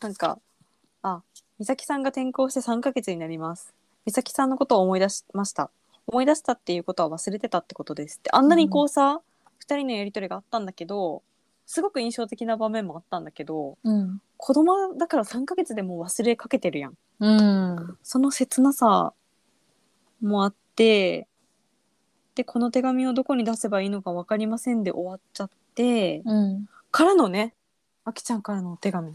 なんか「あ美咲さんが転校して3ヶ月になります」「美咲さんのことを思い出しました」「思い出したっていうことは忘れてたってことです」ってあんなにこうさ、二2人のやり取りがあったんだけどすごく印象的な場面もあったんだけどうん子供だから3ヶ月でもう忘れかけてるやん。うんその切なさもあってでこの手紙をどこに出せばいいのか分かりませんで終わっちゃってうんからのねあきちゃんからのお手紙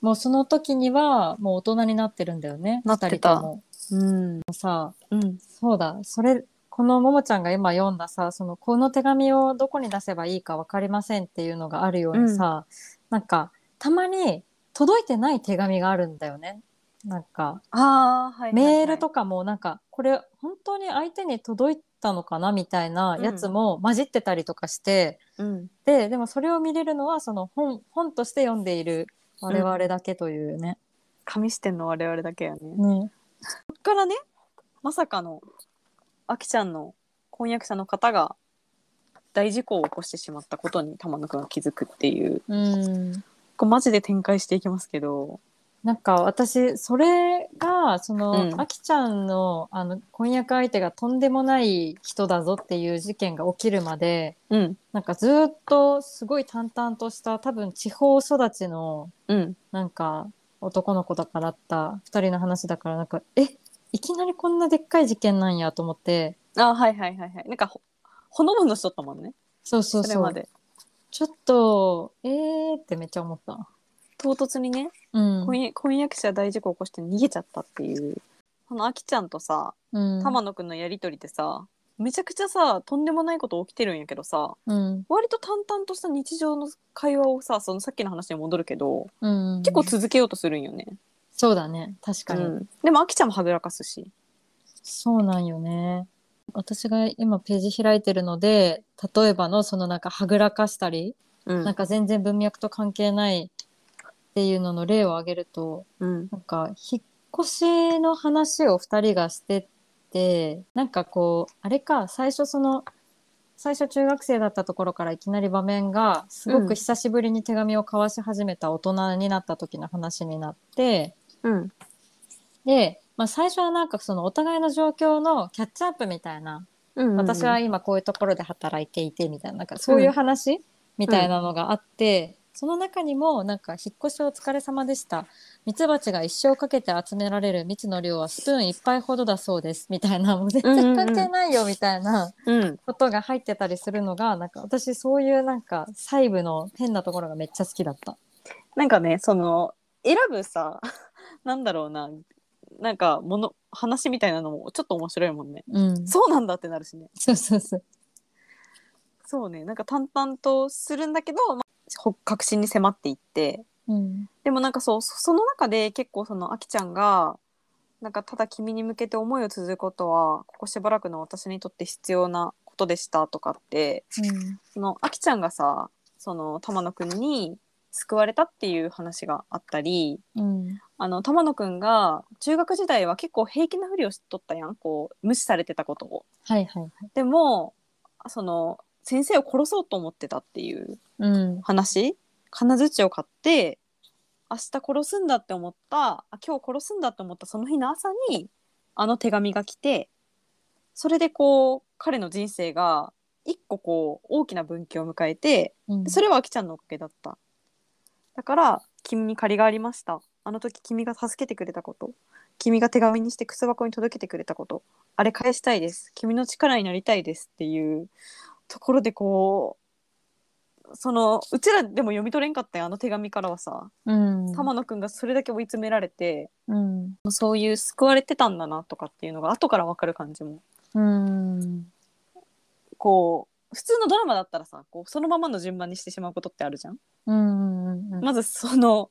もうその時にはもう大人になってるんだよねなってた二人ともうんさうんそうだそれこのももちゃんが今読んださそのこの手紙をどこに出せばいいか分かりませんっていうのがあるようにさ、なんかたまに届いてない手紙があるんだよねなんかああはいメールとかかもなんかこれ本当に相手に届いたのかなみたいなやつも混じってたりとかして、うんででもそれを見れるのはその本本として読んでいる我々だけというね。紙してんの我々だけやねねそっからねまさかのあきちゃんの婚約者の方が大事故を起こしてしまったことに玉野くんが気づくっていううんこれマジで展開していきますけどなんか私それがその、うんあきちゃんのあの婚約相手がとんでもない人だぞっていう事件が起きるまでうんなんかずっとすごい淡々とした多分地方育ちのうんなんか男の子だからだった2人の話だからなんかえいきなりこんなでっかい事件なんやと思ってあはいはいはいはいなんかほほのぼのしとったもんねそうそうそれそまうでちょっとえーってめっちゃ思った。唐突にね、うん、婚約婚約者大事故起こして逃げちゃったっていうこのあきちゃんとさうん玉野くんのやりとりでさ、めちゃくちゃさとんでもないこと起きてるんやけどさうん割と淡々とした日常の会話をさそのさっきの話に戻るけどうん、結構続けようとするんよね、そうだね確かに、うんでもあきちゃんもはぐらかすしそうなんよね。私が今ページ開いてるので例えばのそのなんかはぐらかしたり、うんなんか全然文脈と関係ないっていうのの例を挙げるとうんなんか引っ越しの話を2人がしてってなんかこうあれか最初その最初中学生だったところからいきなり場面がすごうんく久しぶりに手紙を交わし始めた大人になった時の話になって。うんで、まあ、最初はなんかそのお互いの状況のキャッチアップみたいな、うん私は今こういうところで働いていてみたいななんかそういう話、みたいなのがあって、その中にもなんか引っ越しお疲れ様でしたミツバチが一生かけて集められる蜜の量はスプーン一杯ほどだそうですみたいなもう全然関係ないよみたいなうんことが入ってたりするのがなんか私そういうなんか細部の変なところがめっちゃ好きだった。なんかねその選ぶさ なんだろうななんかもの話みたいなのもちょっと面白いもんねうん、そそうなんだってなるしねうそうそう。そうねなんか淡々とするんだけど、まあほ確信に迫っていってうんでもなんかそうそその中で結構そのあきちゃんがなんかただ君に向けて思いを続くことはここしばらくの私にとって必要なことでしたとかってそのあきちゃんがさその玉野くんに救われたっていう話があったりうんうんあの玉野くんが中学時代は結構平気なふりをしとったやんこう無視されてたことをはいはいはい。でもその先生を殺そうと思ってたっていううん話金槌を買って明日殺すんだって思ったあ今日殺すんだって思ったその日の朝にあの手紙が来てそれでこう彼の人生が一個こう大きな分岐を迎えてうんそれはあきちゃんのおかげだった。だから、君に借りがありました。あの時君が助けてくれたこと。君が手紙にして靴箱に届けてくれたこと。あれ返したいです。君の力になりたいです。っていうところでこう、そのうちらでも読み取れんかったよあの手紙からはさうん浜野くんがそれだけ追い詰められてうんそういう救われてたんだなとかっていうのが後から分かる感じもうんこう普通のドラマだったらさこうそのままの順番にしてしまうことってあるじゃん。うんうんまずその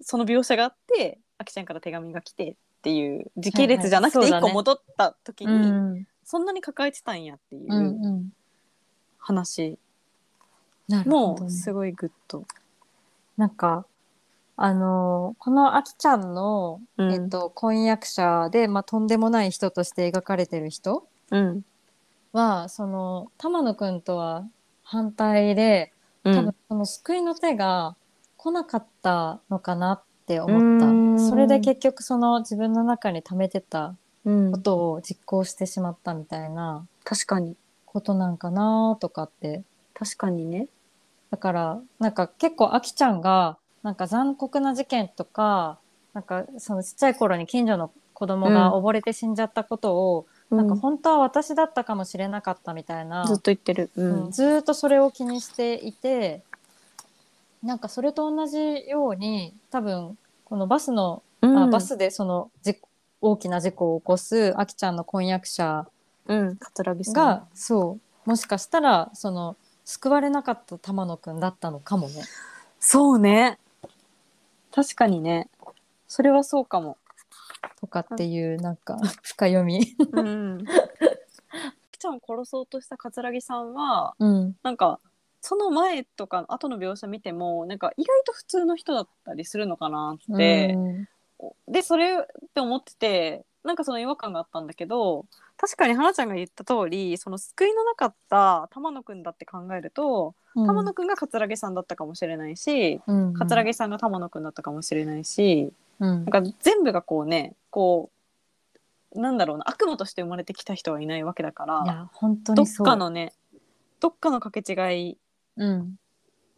その描写があってあきちゃんから手紙が来てっていう時系列じゃなくはていは一いそうだ個ね戻った時うにんそんなに抱えてたんやっていうんううん話なるほもどねすごいグッと。なんかあのーこのあきちゃんの、うんえっと、婚約者で、まあ、とんでもない人として描かれてる人うんはその玉野くんとは反対でう多ん分その救いの手が来なかったのかなって思った、うーんそれで結局その自分の中に溜めてたうんことを実行してしまったみたいな確かにことなんかなとかって確かにね。だからなんか結構あきちゃんがなんか残酷な事件とかなんかそのちっちゃい頃に近所の子供が溺れて死んじゃったことを、なんか本当は私だったかもしれなかったみたいな、ずっと言ってる。ううんんずーっとそれを気にしていてなんかそれと同じように多分このバスの、あバスでその事故大きな事故を起こすあきちゃんの婚約者うん桂木さんがそうもしかしたらその救われなかった玉野くんだったのかもね。そうね確かにねそれはそうかも。とかっていうなんか深読み。うん、 ちゃんを殺そうとした桂木さんはうん、なんかその前とか後の描写見てもなんか意外と普通の人だったりするのかなって、でそれって思っててなんかその違和感があったんだけど確かに花ちゃんが言った通りその救いのなかった玉野くんだって考えるとうん、玉野くんが桂木さんだったかもしれないしうん、桂木さんが玉野くんだったかもしれないしうんなんか全部がこうねこうなんだろうな悪魔として生まれてきた人はいないわけだからいや本当どにっそう。かのねどっかのかけ違いうん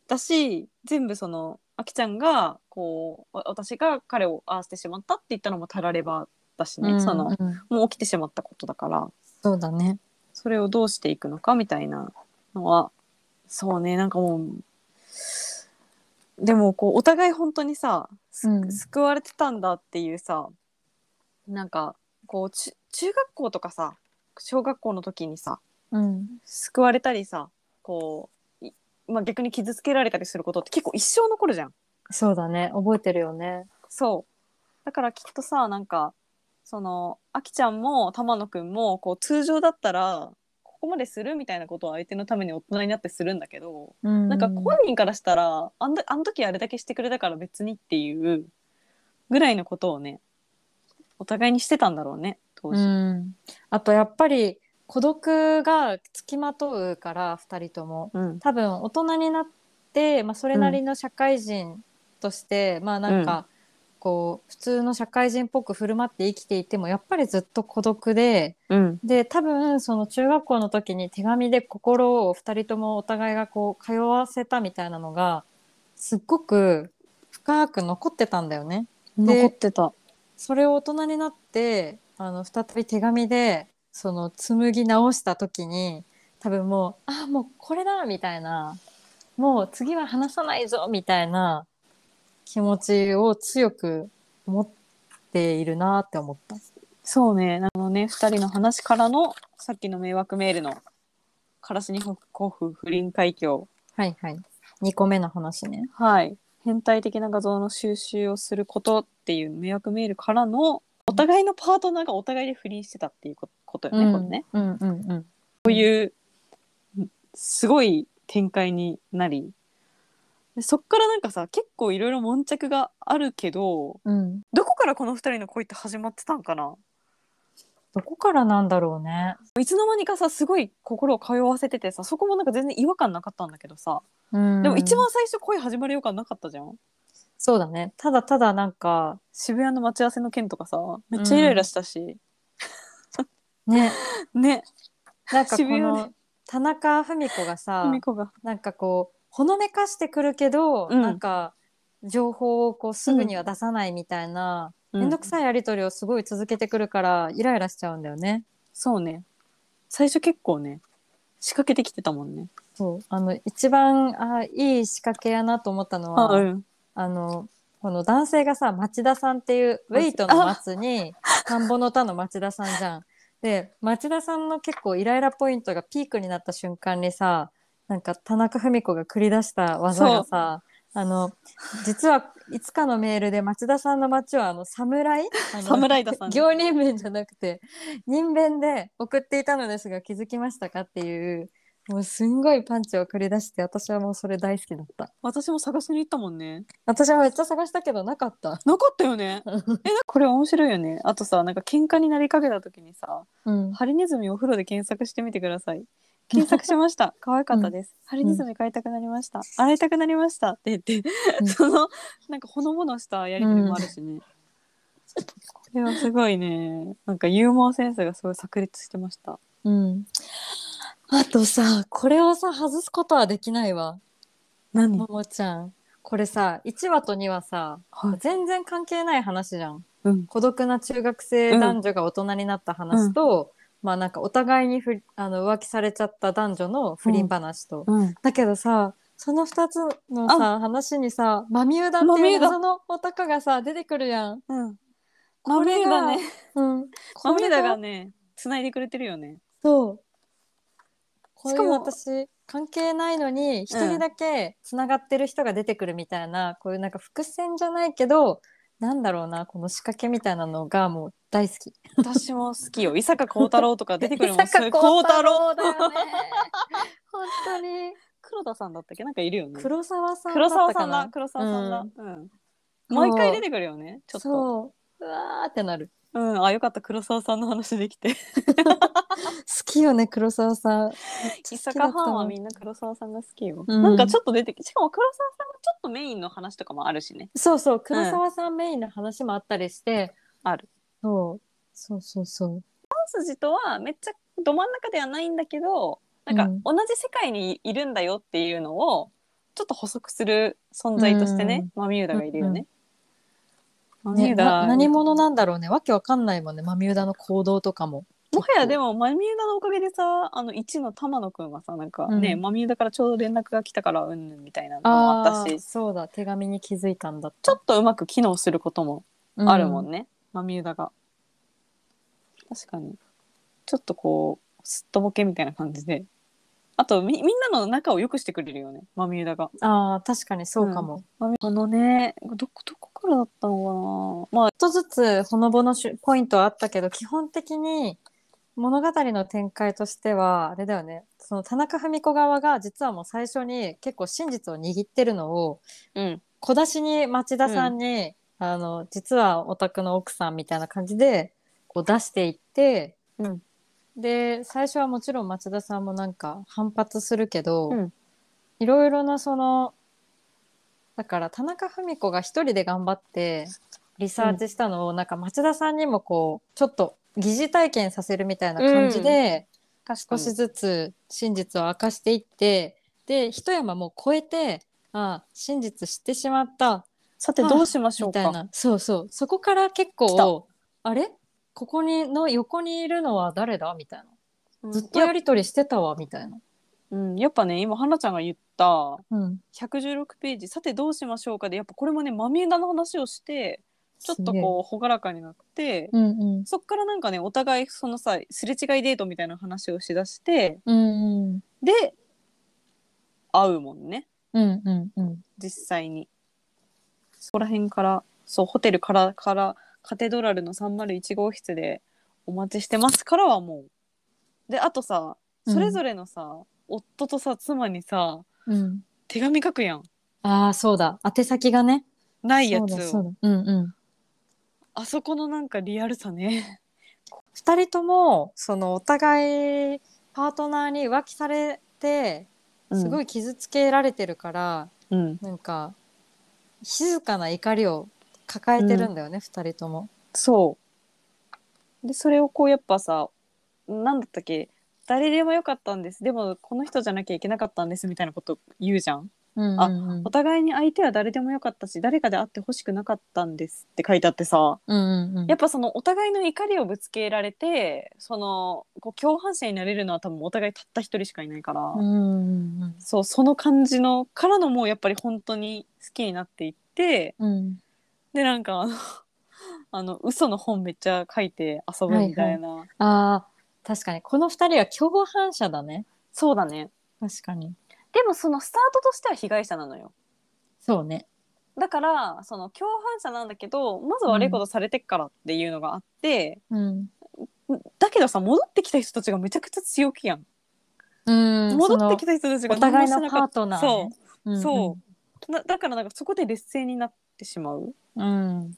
だし全部そのあきちゃんがこうわ私が彼をああしてしまったって言ったのもたらればだしね、うんそのうんもう起きてしまったことだからそうだね。それをどうしていくのかみたいなのはそうねなんかもうでもこうお互い本当にさ、すうん救われてたんだっていうさなんかこうち中学校とかさ小学校の時にさうん救われたりさこう、いまあ、逆に傷つけられたりすることって結構一生残るじゃん。そうだね覚えてるよね。そうだからきっとさなんかそのあきちゃんも玉野くんもこう通常だったらここまでするみたいなことを相手のために大人になってするんだけど、ななんか本人からしたらあんだあの時あれだけしてくれたから別にっていうぐらいのことをねお互いにしてたんだろうね当う時。ん、あとやっぱり孤独がつきまとうから二人ともうん多分大人になって、まあ、それなりの社会人として、まあなんか、こう普通の社会人っぽく振る舞って生きていてもやっぱりずっと孤独でうんで多分その中学校の時に手紙で心を二人ともお互いがこう通わせたみたいなのがすっごく深く残ってたんだよね。残ってた。それを大人になってあの再び手紙でその紡ぎ直した時に多分もうあもうこれだみたいなもう次は話さないぞみたいな気持ちを強く持っているなって思った。そうね、あのね、二人の話からの、さっきの迷惑メールの。からしにほ夫婦不倫海峡。はいはい。2個目の話ね。はい。変態的な画像の収集をすることっていう迷惑メールからの。お互いのパートナーがお互いで不倫してたっていうこことよね、これね。うんうんうんこういう。すごい展開になり。でそっからなんかさ、結構いろいろ悶着があるけど。うん。うん。どこからこの二人の恋って始まってたんかな。どこからなんだろうね。いつの間にかさすごい心を通わせててさそこもなんか全然違和感なかったんだけどさ、うんでも一番最初恋始まる予感なかったじゃんそうだね。ただただなんか渋谷の待ち合わせの件とかさめっちゃイライラしたし、 ね、ねなんかこ渋谷の田中文子がさ、芙美子がなんかこうほのめかしてくるけど、うんなんか情報をこうすぐには出さないみたいな面倒、くいさいやり取りをすごい続けてくるからイライラしちゃうんだよね。そうね最初結構ね仕掛けてきてたもんねそうあの一番あいい仕掛けやなと思ったのは、ん、あのこの男性がさ町田さんっていうウェイトの松に田んぼの田の町田さんじゃん。で町田さんの結構イライラポイントがピークになった瞬間にさなんか田中文子が繰り出した技がさあの実はいつかのメールで町田さんの町はあの侍あの侍田さん行人弁じゃなくて人弁で送っていたのですが気づきましたかっていうもうすんごいパンチを繰り出して私はもうそれ大好きだった私も探しに行ったもんね私はめっちゃ探したけどなかったなかったよ ねえこれ面白いよねあとさなんか喧嘩になりかけた時にさうんハリネズミお風呂で検索してみてください。検索しま した。可愛かったです。ハリネズミ飼いたくなりました。洗いたくなりましたって言って、うんそのなんかほのぼのしたやりとりもあるしね。これはすごいね。なんかユーモアセンスがすごい炸裂してました。うんあとさこれをさ外すことはできないわ何も？もちゃんこれさ1話と2話さはい。全然関係ない話じゃんうん。孤独な中学生男女が大人になった話と、まあなんかお互いにふりあの浮気されちゃった男女の不倫話と、うん。だけどさその2つのさ話にさマミウダってマミいウうダ謎のおたかがさ出てくるやん。うん。これがだね。うん、マミだこれがね、繋いでくれてるよね。そう。こしういかうも私関係ないのに一人だけつながってる人が出てくるみたいな、こういうなんか伏線じゃないけどなんだろうなこの仕掛けみたいなのがもう大好き。私も好きよ。伊坂幸太郎とか出てくるもん。伊坂幸太郎。だよね。本当に黒田さんだったっけ？なんかいるよね。黒沢さんだ黒った沢さかんなだ。黒沢さんだ、うんそう毎回出てくるよねちょっとそううわーってなる。う、ん、あよかった黒沢さんの話でき て好きよね黒沢さん。伊坂ファンはみんな黒沢さんが好きよ、うんなんかちょっと出てきしかも黒沢さんがちょっとメインの話とかもあるしねそうそう黒沢さんメインの話もあったりして、あるそうそうそうそう。本筋とはめっちゃど真ん中ではないんだけどなんかうん同じ世界にいるんだよっていうのをちょっと補足する存在としてね、マミューダがいるよね、マミュね、ーダ、な何者なんだろうねわけわかんないもんねマミューダの行動とかももはやでもマミューダのおかげでさあの1の玉野くんはさなんかね、うんマミューダからちょうど連絡が来たからうんぬんみたいなのもあったしそうだ手紙に気づいたんだちょっとうまく機能することもあるもんね、ね、マミューダが確かにちょっとこうすっとぼけみたいな感じであとみみんなの仲を良くしてくれるよねマミューダがああ確かにそうかも、マミあのねどこどこからだったのかなまあちょっとずつほのぼのしポイントはあったけど基本的に物語の展開としてはあれだよねその田中文子側が実はもう最初に結構真実を握ってるのをうん小出しに町田さんに、あの実はお宅の奥さんみたいな感じでこう出していって、うんで最初はもちろん町田さんもなんか反発するけど、うんいろいろなそのだから田中文子が一人で頑張ってリサーチしたのを、なんか町田さんにもこうちょっと疑似体験させるみたいな感じで、確少しずつ真実を明かしていって、で一山もう超えてああ真実知ってしまったさてどうしましょみうかたいなそうそうそこから結来た構あれここにの横にいるのは誰だみたいうんなずっとやり取りしてたわみたいな、うん、やっぱね今花ちゃんが言ったうん、 116ページ「さてどうしましょうか」でやっぱこれもね豆枝の話をしてちょっとすげえこう朗らかになってうんうんそっからなんかねお互いそのさすれ違いデートみたいな話をしだしてうんうんで会うもんねうんうんうん実際に。そこら辺からそうホテルからからカテドラルの301号室で「お待ちしてます」からはもう。であとさそれぞれのさ、夫とさ妻にさうん手紙書くやんああそうだ宛先がねないやつそうだそをうだうんうんあそこのなんかリアルさね。 2人ともそのお互いパートナーに浮気されてすごい、い傷つけられてるから、うん、なんか静かな怒りを抱えてるんだよね、二2人とも。そうでそれをこうやっぱさなんだったっけ誰でもよかったんですでもこの人じゃなきゃいけなかったんですみたいなこと言うじゃんうんうんうんお互いに相手は誰でもよかったし誰かであってほしくなかったんですって書いてあってさうんうんうんやっぱそのお互いの怒りをぶつけられてそのこう共犯者になれるのは多分お互いたった一人しかいないから、うんうんうんそうその感じのからのもうやっぱり本当に好きになっていってうんでなんかあの あの嘘の本めっちゃ書いて遊ぶみたいな、あー確かにこの二人は共犯者だねそうだね確かにでもそのスタートとしては被害者なのよそうねだからその共犯者なんだけどまず悪いことされてっからっていうのがあって、うんだけどさ戻ってきた人たちがめちゃくちゃ強気やん、うん戻ってきそた人たちのがお互い何ものしてなパかーったトナーそねううんうんそうなだからなんかそこで劣勢になってしまううんっ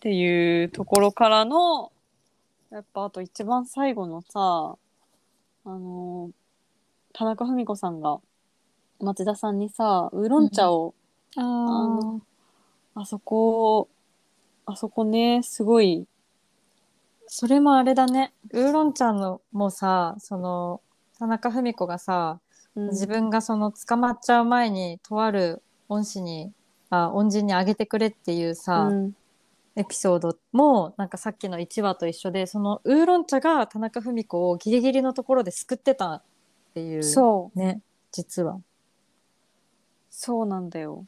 ていうところからのやっぱあと一番最後のさあのー田中文子さんが町田さんにさウーロン茶を、あああそこあそこねすごいそれもあれだねウーロンちゃんのもさその田中文子がさ自分がその捕まっちゃう前にとある恩師にあ恩人にあげてくれっていうさ、うんエピソードもなんかさっきの1話と一緒でそのウーロン茶が田中文子をギリギリのところで救ってたっていうそうね実は。そうなんだよ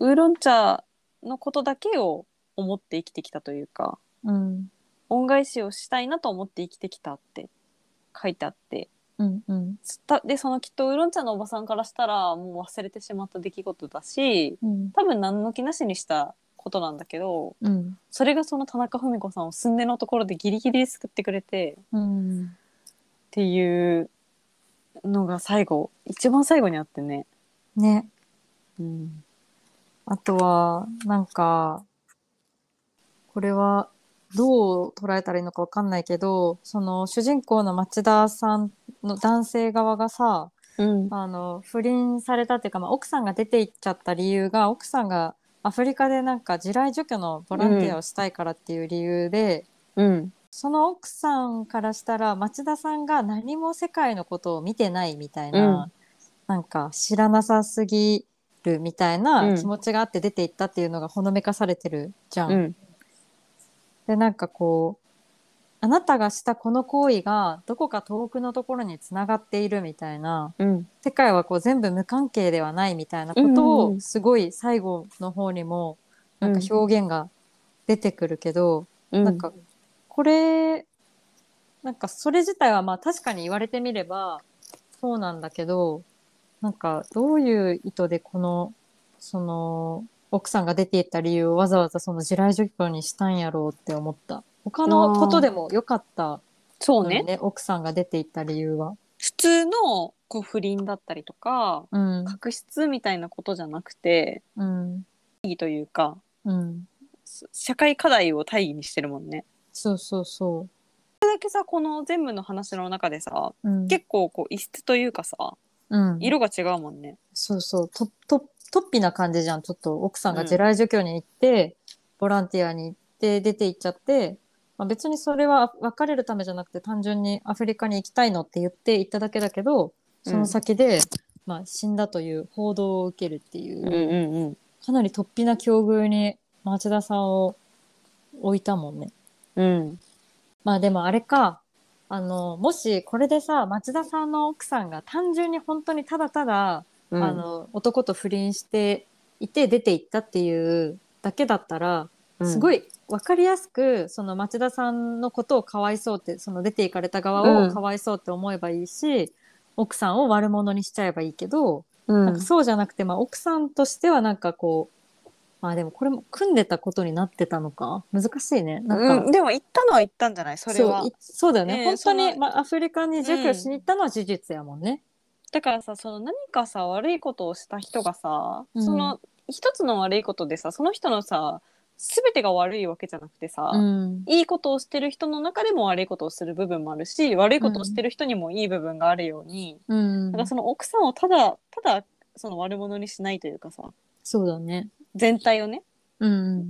ウーロン茶のことだけを思って生きてきたというかうん恩返しをしたいなと思って生きてきたって書いてあってうんうんつったでそのきっとウーロン茶のおばさんからしたらもう忘れてしまった出来事だしうん多分何の気なしにしたことなんだけどうんそれがその田中文子さんをすんでのところでギリギリで救ってくれてっうんていうのが最後一番最後にあってね。ねうん、あとはなんかこれはどう捉えたらいいのかわかんないけどその主人公の町田さんの男性側がさうんあの不倫されたっていうか、まあ、奥さんが出て行っちゃった理由が奥さんがアフリカでなんか地雷除去のボランティアをしたいからっていう理由で、うんその奥さんからしたら町田さんが何も世界のことを見てないみたいな、なんか知らなさすぎるみたいな気持ちがあって出て行ったっていうのがほのめかされてるじゃん。うんでなんかこうあなたがしたこの行為がどこか遠くのところにつながっているみたいな。うん世界はこう全部無関係ではないみたいなことうんうんうをんすごい最後の方にもなんか表現が出てくるけど、うんなんかこれなんかそれ自体はまあ確かに言われてみればそうなんだけどなんかどういう意図でこのその奥さんが出ていった理由をわざわざその地雷除去にしたんやろうって思った他のことでもよかったそうのねにね奥さんが出ていった理由は。普通のこう不倫だったりとかうん確執みたいなことじゃなくてうんいいというかうんそ社会課題を大義にしてるもんね。そうそうそそれだけさこの全部の話の中でさう。うん、結構こう異質というかさうん、色が違うもんね。そうそう。と、と、とっぴな感じじゃん。ちょっと奥さんが地雷除去に行って、ボランティアに行って、出て行っちゃって、まあ、別にそれは別れるためじゃなくて、単純にアフリカに行きたいのって言って行っただけだけど、その先で、まあ死んだという報道を受けるっていうう、んうんうんかなりとっぴな境遇に町田さんを置いたもんね。うんまあでもあれか。あの、もしこれでさ、町田さんの奥さんが単純に本当にただただ、うんあの、男と不倫していて出て行ったっていうだけだったら、すごいい分かりやすく、その町田さんのことをかわいそうって、その出て行かれた側うをんかわいそうって思えばいいし、奥さんを悪者にしちゃえばいいけど、うんなんかそうじゃなくて、まあ奥さんとしてはなんかこう、まあでもこれも組んでたことになってたのか難しいね。なんか、うんでも言ったのは言ったんじゃないそれはそういそうだよね、ねえ本当そに、のまあ、アフリカに除去しに行ったのは事実やもんね。だからさその何かさ悪いことをした人がさ、うんその一つの悪いことでさその人のさ全てが悪いわけじゃなくてさ、うんいいことをしてる人の中でも悪いことをする部分もあるし悪いことをしてる人にもいい部分があるように、うんだからその奥さんをただただその悪者にしないというかさそうだね、全体をねうん、っ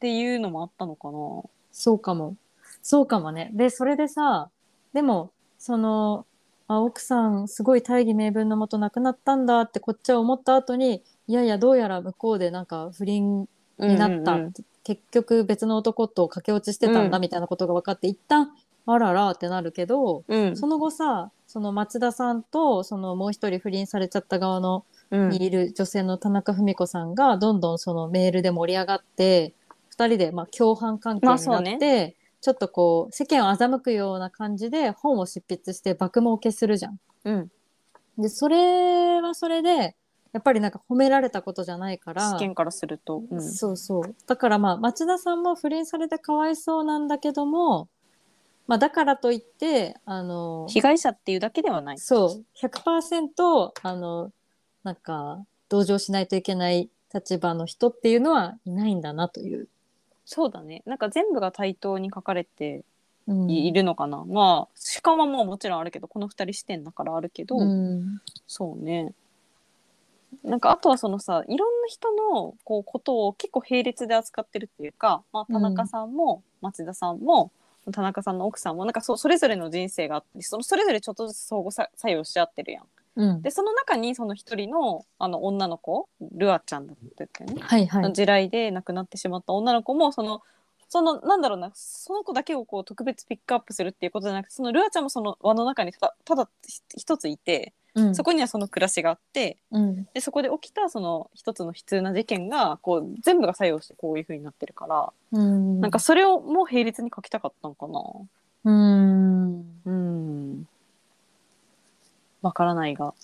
ていうのもあったのかな。そうかもそうかもねでそれでさでもそのあ奥さんすごい大義名分のもと亡くなったんだってこっちは思った後にいやいやどうやら向こうでなんか不倫になった、うんうんうん結局別の男と駆け落ちしてたんだうんみたいなことが分かって、一旦あららってなるけどうんその後さその松田さんとそのもう一人不倫されちゃった側のうんにいる女性の田中文子さんがどんどんそのメールで盛り上がって2人でまあ共犯関係にまなあそうっねて、ちょっとこう世間を欺くような感じで本を執筆して爆儲けするじゃん。うんでそれはそれでやっぱりなんか褒められたことじゃないから試。験からすると、うんそうそうだからまあ町田さんも不倫されてかわいそうなんだけども、まあ、だからといってあの被害者っていうだけではない。そう100%あのなんか同情しないといけない立場の人っていうのはいないんだなという。そうだね。なんか全部が対等に書かれてうんいいるのかな。まあ主観はもうもちろんあるけど、この二人視点だからあるけど、うんそうね。なんかあとはそのさいろんな人のこうことを結構並列で扱ってるっていうか、まあ、田中さんも松田さんも、田中さんの奥さんもなんかそそれぞれの人生があってそのそれぞれちょっとずつ相互さ作用し合ってるやん。うんでその中にその一人のあの女の子ルアちゃんだったっけね、はいはのい。地雷で亡くなってしまった女の子もそのそのなんだろうなその子だけをこう特別ピックアップするっていうことじゃなくてそのルアちゃんもその輪の中にただただひ一ついてうんそこにはその暮らしがあってうんでそこで起きたその一つの悲痛な事件がこう全部が作用してこういう風になってるから、うんなんかそれをもう並列に書きたかったのかな。うんうん。わからないが。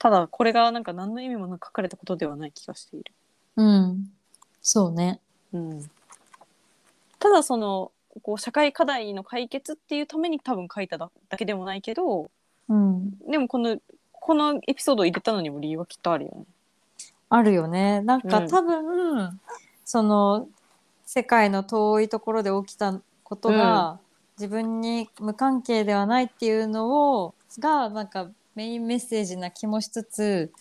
ただこれがなんか何の意味もなく書かれたことではない気がしている。うんそうね。うん。ただそのこう社会課題の解決っていうために多分書いただだけでもないけどうん、でもこのこのエピソードを入れたのにも理由はきっとあるよね。あるよね。なんか、うん多分その世界の遠いところで起きたことが、自分に無関係ではないっていうのをがなんかメインメッセージな気もしつつ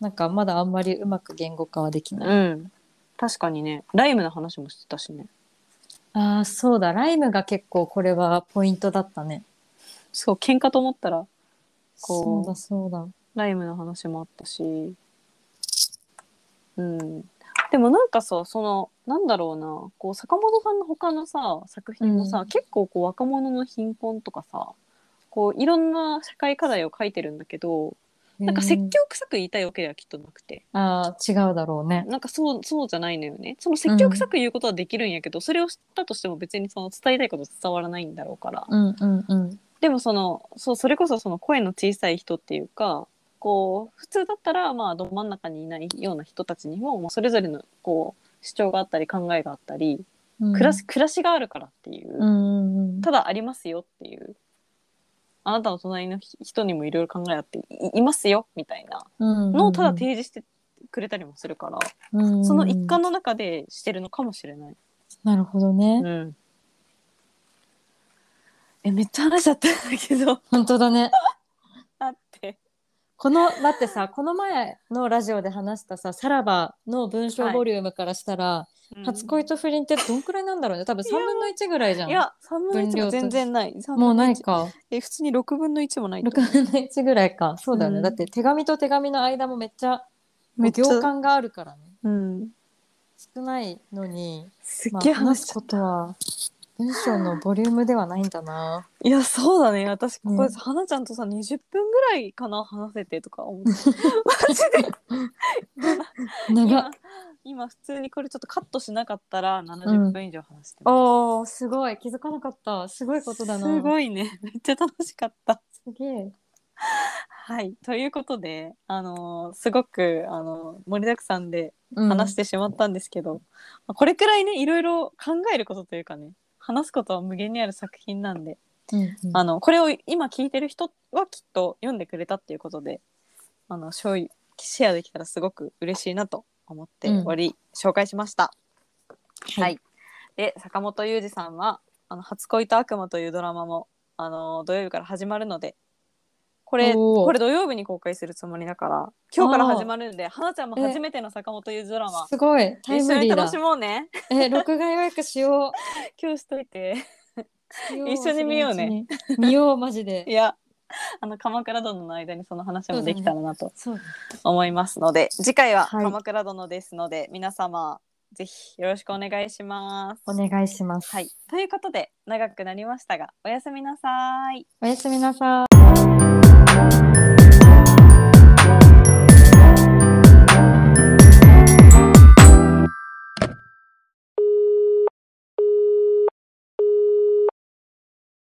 なんかまだあんまりうまく言語化はできない。うん。確かにねライムの話もしてたしね。ああそうだライムが結構これはポイントだったね。そう喧嘩と思ったらそこううだそうだ。ライムの話もあったしうんでもなんかさそのなんだろうなこう坂本さんの他のさ作品もさ、うん結構こう若者の貧困とかさこういろんな社会課題を書いてるんだけどなんか説教臭く言いたいわけではきっとなくて、うんああ違うだろうね。なんかそうそうじゃないのよねその説教臭く言うことはできるんやけど、それを知ったとしても別にその伝えたいこと伝わらないんだろうから、うんうんうんでもそのそうそれこそその声の小さい人っていうかこう普通だったらまあど真ん中にいないような人たちにももうそれぞれのこう主張があったり考えがあったりうん。暮らし,、暮らしがあるからっていう、うんうんうんただありますよっていうあなたの隣の人にもいろいろ考えあっていいますよみたいなうんのをただ提示してくれたりもするから、うんその一環の中でしてるのかもしれない。なるほどね。うん、えめっちゃ話しちゃったんだけど 本当だね。あって。このだってさこの前のラジオで話したさ「さらば」の文章ボリュームからしたら、うん初恋と不倫ってどんくらいなんだろうね多分3分の1ぐらいじゃんいや、3分の1も全然ない。もうない3分のか一。え、普通に6分の1もないと。 6分の1ぐらいかそうだよね、うんだって手紙と手紙の間もめっちゃめっちゃ行間があるからねうん。少ないのに、すっまげえあ、話し話すちゃこった。とは文章のボリュームではないんだないや、そうだね。私、ここでね花ちゃんとさ、20分ぐらいかな、話せてとか思って。マジで長っ今、今普通にこれちょっとカットしなかったら70分以上話してまおーすごい気づかなかったすごいす。ことだなすごいね。めっちゃ楽しかった。すげえはい。ということで、あのーすごく、あのー盛りだくさんでうん話してしまったんですけど、まあこれくらいねいろいろ考えることというかね話すことは無限にある作品なんで、うんうんあのこれを今聞いてる人はきっと読んでくれたっていうことであのショイシェアできたらすごく嬉しいなと思ってうん終わり、紹介しました。いはい、で坂本裕二さんは「あの初恋と悪魔」というドラマもあの土曜日から始まるのでこれおーこれ土曜日に公開するつもりだから今日から始まるんで花ちゃんも初めての坂本裕二ドラマすごいタイ一緒ムにリー楽だしもうね。え録画予約しよう今日しといて。しよう一緒に見ようねそのうちに見ようマジでいや、あの鎌倉殿の間にその話もできたらなとそうだ思いますので、次回ははい鎌倉殿ですので、皆様ぜひよろしくお願いします。お願いします。はい、ということで長くなりましたがおやすみなさい。おやすみなさい。